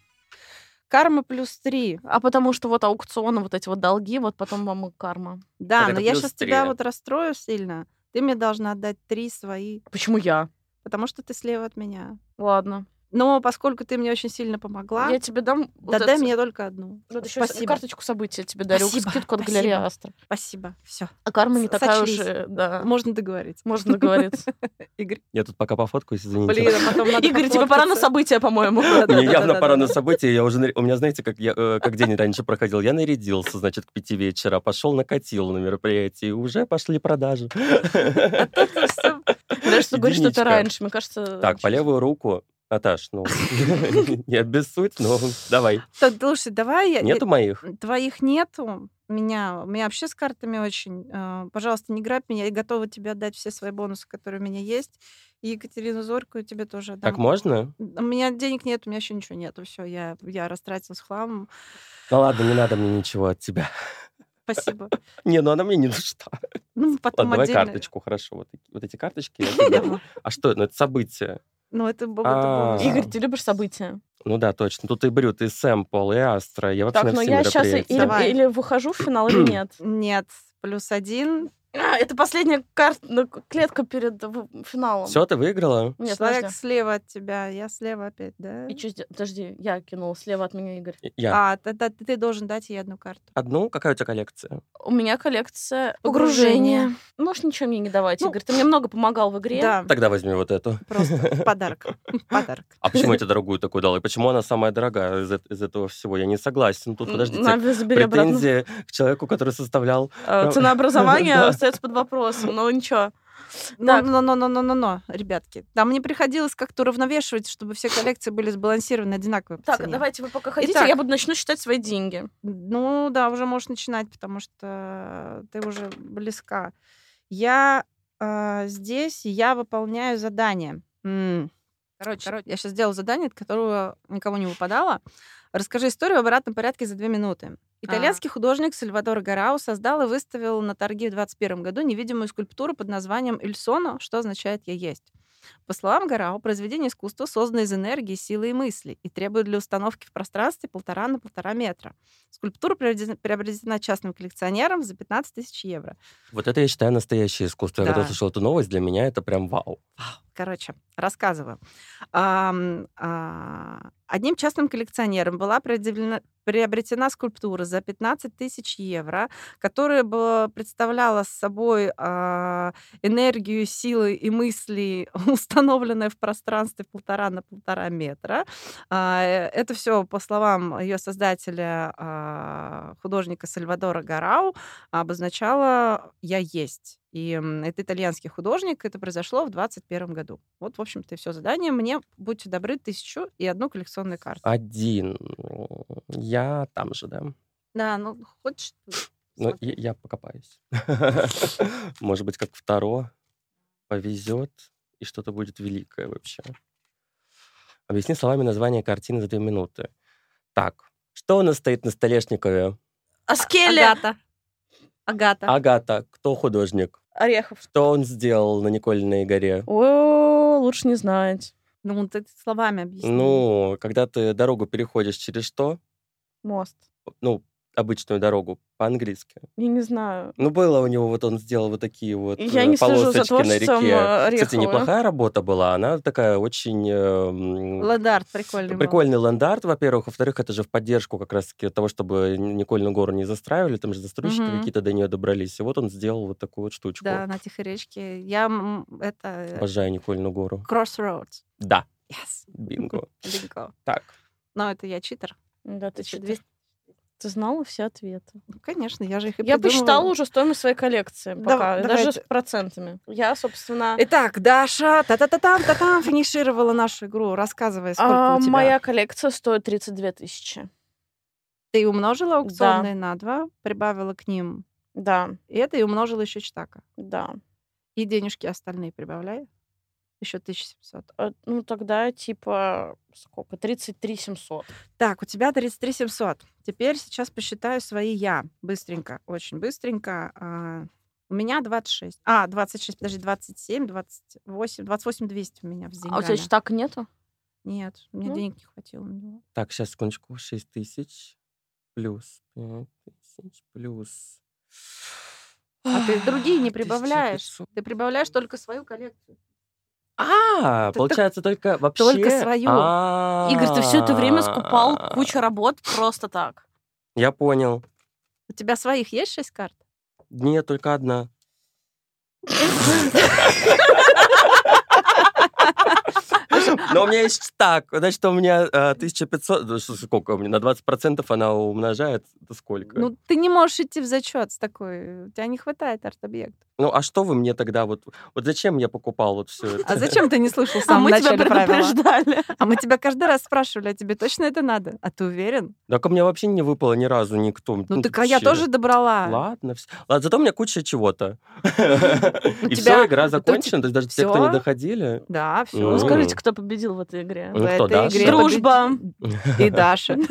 Speaker 1: Карма плюс три.
Speaker 2: А потому что вот аукционы, вот эти вот долги, вот потом вам и карма.
Speaker 1: Да,
Speaker 3: Это
Speaker 1: но я
Speaker 3: плюс
Speaker 1: сейчас
Speaker 3: три.
Speaker 1: тебя вот расстрою сильно. Ты мне должна отдать три свои,
Speaker 2: Почему я?
Speaker 1: потому что ты слева от меня.
Speaker 2: Ладно.
Speaker 1: Но поскольку ты мне очень сильно помогла,
Speaker 2: Я тебе дам... вот
Speaker 1: да дай
Speaker 2: это- Ну,
Speaker 1: мне только одну.
Speaker 2: вот еще
Speaker 1: Спасибо.
Speaker 2: карточку события тебе дарю,
Speaker 1: Спасибо,
Speaker 2: скидку от
Speaker 1: спасибо.
Speaker 2: галереи Астра.
Speaker 1: Спасибо. Все.
Speaker 2: А карма не
Speaker 1: С-
Speaker 2: такая
Speaker 1: сочлись.
Speaker 2: уже, да.
Speaker 1: Можно договориться.
Speaker 2: Можно договориться.
Speaker 1: Игорь.
Speaker 3: Я тут пока пофоткаюсь, извините.
Speaker 1: Блин, а потом надо
Speaker 2: Игорь, тебе пора на
Speaker 1: пофоткаться.
Speaker 2: события, по-моему.
Speaker 3: Мне явно
Speaker 1: Да-да-да-да-да.
Speaker 3: пора на события. Я уже, нар- у меня, знаете, как, я, э, как день раньше проходил. Я нарядился, значит, к пяти вечера, пошел накатил на мероприятие, и уже пошли продажи.
Speaker 1: Всё.
Speaker 2: Даже что ты говоришь, что
Speaker 3: Единичка.
Speaker 2: это раньше, мне кажется...
Speaker 3: Так, по левую руку. Наташ, ну, не обессудь, но давай.
Speaker 1: Так, Слушай, давай я... э,
Speaker 3: Нету моих?
Speaker 1: Твоих нету. Меня, у меня вообще с картами очень. э, Пожалуйста, не грабь меня. Я готова тебе отдать все свои бонусы, которые у меня есть. И Екатерину Зорькую тебе тоже отдам.
Speaker 3: Так можно?
Speaker 1: У меня денег нет, у меня еще ничего нету. Все, я, я растратилась хламом.
Speaker 3: Ну ладно, не надо мне ничего от тебя.
Speaker 1: Спасибо.
Speaker 3: Не, ну она мне не нужна.
Speaker 1: Ну, потом
Speaker 3: Ладно, давай
Speaker 1: отдельно.
Speaker 3: карточку, хорошо. Вот, таки- вот эти карточки. я тебе дам. А что, ну это событие?
Speaker 1: Ну, это было
Speaker 3: А.
Speaker 2: Игорь, ты любишь события?
Speaker 3: Ну да, точно. Тут и Брют, и Сэмпл, и Астра. Я вообще
Speaker 2: Так,
Speaker 3: на
Speaker 2: но
Speaker 3: все
Speaker 2: я сейчас
Speaker 3: мероприятия.
Speaker 2: или,
Speaker 1: Давай.
Speaker 2: или выхожу в финал, или нет.
Speaker 1: Нет, плюс один.
Speaker 2: А, это последняя кар- ну, клетка перед в- финалом.
Speaker 3: Все, ты выиграла?
Speaker 2: Нет,
Speaker 1: Человек
Speaker 2: подожди.
Speaker 1: слева от тебя, я слева опять, да?
Speaker 2: И чё сде- Подожди, я кинула слева от меня, Игорь.
Speaker 3: Я.
Speaker 1: А, тогда ты должен дать ей одну карту.
Speaker 3: Одну? Какая у тебя коллекция?
Speaker 2: У меня коллекция
Speaker 1: Погружение.
Speaker 2: погружения. Можешь ничего мне не давать,
Speaker 1: Ну,
Speaker 2: Игорь. Ты мне много помогал в игре.
Speaker 1: Да,
Speaker 3: Тогда возьми вот эту.
Speaker 1: просто в подарок. в Подарок.
Speaker 3: А почему я тебе дорогую такую дала? И почему она самая дорогая из, эт- из этого всего? Я не согласен. Тут,
Speaker 2: Н-
Speaker 3: подождите,
Speaker 2: Надо забери обратно.
Speaker 3: претензии к человеку, который составлял...
Speaker 2: Э,
Speaker 3: Ну,
Speaker 2: Ценообразование
Speaker 3: да.
Speaker 2: остается под вопросом, но ничего.
Speaker 1: Но,
Speaker 2: Так.
Speaker 1: но, но, но, но, но, но, ребятки. Там мне приходилось как-то уравновешивать, чтобы все коллекции были сбалансированы одинаково. по
Speaker 2: Так,
Speaker 1: цене.
Speaker 2: давайте вы пока хотите,
Speaker 1: Итак.
Speaker 2: я буду начну считать свои деньги.
Speaker 1: Ну да, уже можешь начинать, потому что ты уже близка. Я э, здесь, и я выполняю задание. М. Короче, я сейчас сделала задание, от которого никого не выпадало. Расскажи историю в обратном порядке за две минуты. Итальянский художник Сальвадор Гарау создал и выставил на торги в 2021 году невидимую скульптуру под названием «Ильсоно», что означает «я есть». По словам Гарау, произведение искусства создано из энергии, силы и мысли и требует для установки в пространстве полтора на полтора метра. Скульптура приобретена приобретена частным коллекционером за 15 тысяч евро.
Speaker 3: Вот это я считаю настоящее искусство. Я
Speaker 1: Да.
Speaker 3: когда услышал эту новость, для меня это прям вау.
Speaker 1: Короче, рассказываю. Ам, а, Одним частным коллекционером была предъявлена- приобретена скульптура за 15 тысяч евро, которая бы представляла собой а, энергию, силы и мысли, установленные в пространстве полтора на полтора метра. А, э, Это все, по словам ее создателя, а, художника Сальвадора Гарау, обозначало «я есть». И м, это итальянский художник, это произошло в 21 году. Вот, в общем-то, и все задание. Мне, будьте добры, тысячу и одну коллекционную карту.
Speaker 3: Один. Я там же, да.
Speaker 1: Да, ну, хочешь...
Speaker 3: Ну,
Speaker 1: смотри.
Speaker 3: я, я покопаюсь. Может быть, как второ повезет, и что-то будет великое вообще. Объясни словами название картины за две минуты. Так, что у нас стоит на столешникове?
Speaker 1: Агата.
Speaker 3: А
Speaker 1: Агата.
Speaker 3: Агата, кто художник?
Speaker 2: Орехов.
Speaker 3: Что он сделал на Никольной горе?
Speaker 2: О, лучше не знать.
Speaker 1: Ну, ты словами объясни.
Speaker 3: Ну, когда ты дорогу переходишь через что?
Speaker 2: Мост.
Speaker 3: Ну, обычную дорогу по-английски.
Speaker 2: Я не знаю.
Speaker 3: Ну, было у него, вот он сделал вот такие вот
Speaker 2: Я
Speaker 3: э,
Speaker 2: не слежу за
Speaker 3: полосочки на
Speaker 2: творчеством
Speaker 3: реке.
Speaker 2: э,
Speaker 1: Ну,
Speaker 3: Кстати,
Speaker 2: Орехова.
Speaker 3: неплохая работа была. Она такая очень... э, м,
Speaker 1: Ладарт прикольный был.
Speaker 3: Прикольный ландарт, во-первых. Во-вторых, это же в поддержку как раз-таки того, чтобы Ни- Никольную гору не застраивали. Там же застройщики
Speaker 1: Мгм.
Speaker 3: какие-то до нее добрались. И вот он сделал вот такую вот штучку.
Speaker 1: Да, на Тихой речке. Я м, это...
Speaker 3: Обожаю Никольную гору.
Speaker 1: Crossroads.
Speaker 3: Да,
Speaker 1: Yes.
Speaker 3: бинго.
Speaker 1: Бинго.
Speaker 3: Так,
Speaker 1: Но это я читер.
Speaker 2: Да, ты, читаешь.
Speaker 1: 1200.
Speaker 2: ты знала все ответы.
Speaker 1: Ну, конечно, я же их и
Speaker 2: Я
Speaker 1: придумывала.
Speaker 2: посчитала уже стоимость своей коллекции.
Speaker 1: Давай-
Speaker 2: Пока, даже
Speaker 1: давайте.
Speaker 2: с процентами. Э, Я, собственно,
Speaker 1: Итак, Даша, та-та-та-там, та-там, финишировала нашу игру. Рассказывай, сколько
Speaker 2: а,
Speaker 1: у тебя.
Speaker 2: моя коллекция стоит 32 тысячи.
Speaker 1: Ты умножила аукционные на два, прибавила к ним
Speaker 2: Да,
Speaker 1: и это, и умножила еще читака.
Speaker 2: да.
Speaker 1: И денежки остальные прибавляй. Еще 1700.
Speaker 2: Э, Ну, тогда типа сколько? 33 700.
Speaker 1: Так, у тебя 33 700. Теперь сейчас посчитаю свои я. Быстренько, очень быстренько. А, У меня 26. А, 26, подожди, 27, 28, 28 200 у меня в
Speaker 2: А у тебя так нету?
Speaker 1: Нет, у меня
Speaker 2: Ну.
Speaker 1: денег не хватило на него.
Speaker 3: так, сейчас, секундочку. 6 тысяч плюс 5 тысяч плюс...
Speaker 1: А ты другие не
Speaker 3: 1500.
Speaker 1: прибавляешь. Ты прибавляешь только свою коллекцию.
Speaker 3: А,
Speaker 1: Ты
Speaker 3: получается, только вообще...
Speaker 1: свою.
Speaker 2: Игорь, ты все это
Speaker 3: А.
Speaker 2: время скупал
Speaker 3: А-а-а.
Speaker 2: кучу работ просто так.
Speaker 3: Я понял.
Speaker 1: У тебя своих есть шесть карт?
Speaker 3: Нет, только одна. Но у меня есть так. Значит, у меня э, 1500... ну, что- Сколько у меня? На 20% она умножает. Это сколько?
Speaker 1: Ну, ты не можешь идти в зачет с такой. У тебя не хватает арт-объекта.
Speaker 3: Ну, а что вы мне тогда вот... Вот зачем я покупал вот все это?
Speaker 1: А зачем ты не слышал
Speaker 2: А
Speaker 1: сам
Speaker 2: мы тебя
Speaker 1: начале правила?
Speaker 2: предупреждали.
Speaker 1: А мы тебя каждый раз спрашивали, а тебе точно это надо? А ты уверен?
Speaker 3: Да ко мне вообще не выпало ни разу никто.
Speaker 1: Ну, так а я
Speaker 3: вообще.
Speaker 1: тоже добрала.
Speaker 3: Ладно, вс- Ладно, зато у меня куча чего-то.
Speaker 1: тебя-
Speaker 3: И все, игра
Speaker 1: то
Speaker 3: закончена. То есть даже те, кто не
Speaker 1: всё?
Speaker 3: доходили...
Speaker 1: Да, все.
Speaker 3: Ну,
Speaker 2: Ну, скажите,
Speaker 3: М.
Speaker 2: кто победил в этой игре?
Speaker 3: Ну, кто, Даша?
Speaker 2: Дружба.
Speaker 1: И Даша.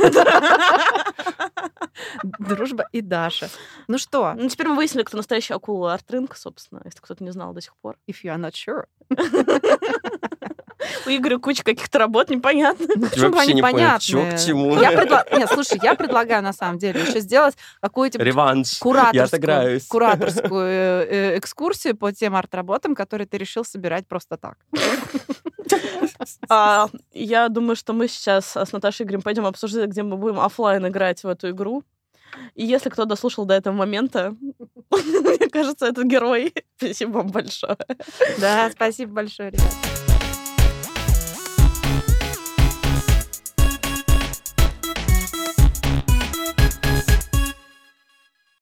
Speaker 1: Дружба и Даша. Ну что,
Speaker 2: Ну, теперь мы выяснили, кто настоящая акула Артрынка, собственно, если кто-то не знал до сих пор.
Speaker 1: if you are not sure.
Speaker 2: У Игоря куча каких-то работ непонятно.
Speaker 1: Почему
Speaker 3: вообще
Speaker 1: Ну, они
Speaker 3: не понял,
Speaker 1: понятные?
Speaker 3: чё к чему.
Speaker 1: Я предла- Нет, слушай, я предлагаю на самом деле еще сделать какую-то
Speaker 3: Реванш. Я
Speaker 1: кураторскую,
Speaker 3: отыграюсь.
Speaker 1: кураторскую э, э, экскурсию по тем арт-работам, которые ты решил собирать просто так.
Speaker 2: А, я думаю, что мы сейчас с Наташей Игорем пойдем обсуждать, где мы будем оффлайн играть в эту игру. И если кто дослушал до этого момента, мне кажется, это герой. Спасибо вам большое.
Speaker 1: Да, спасибо большое, ребят.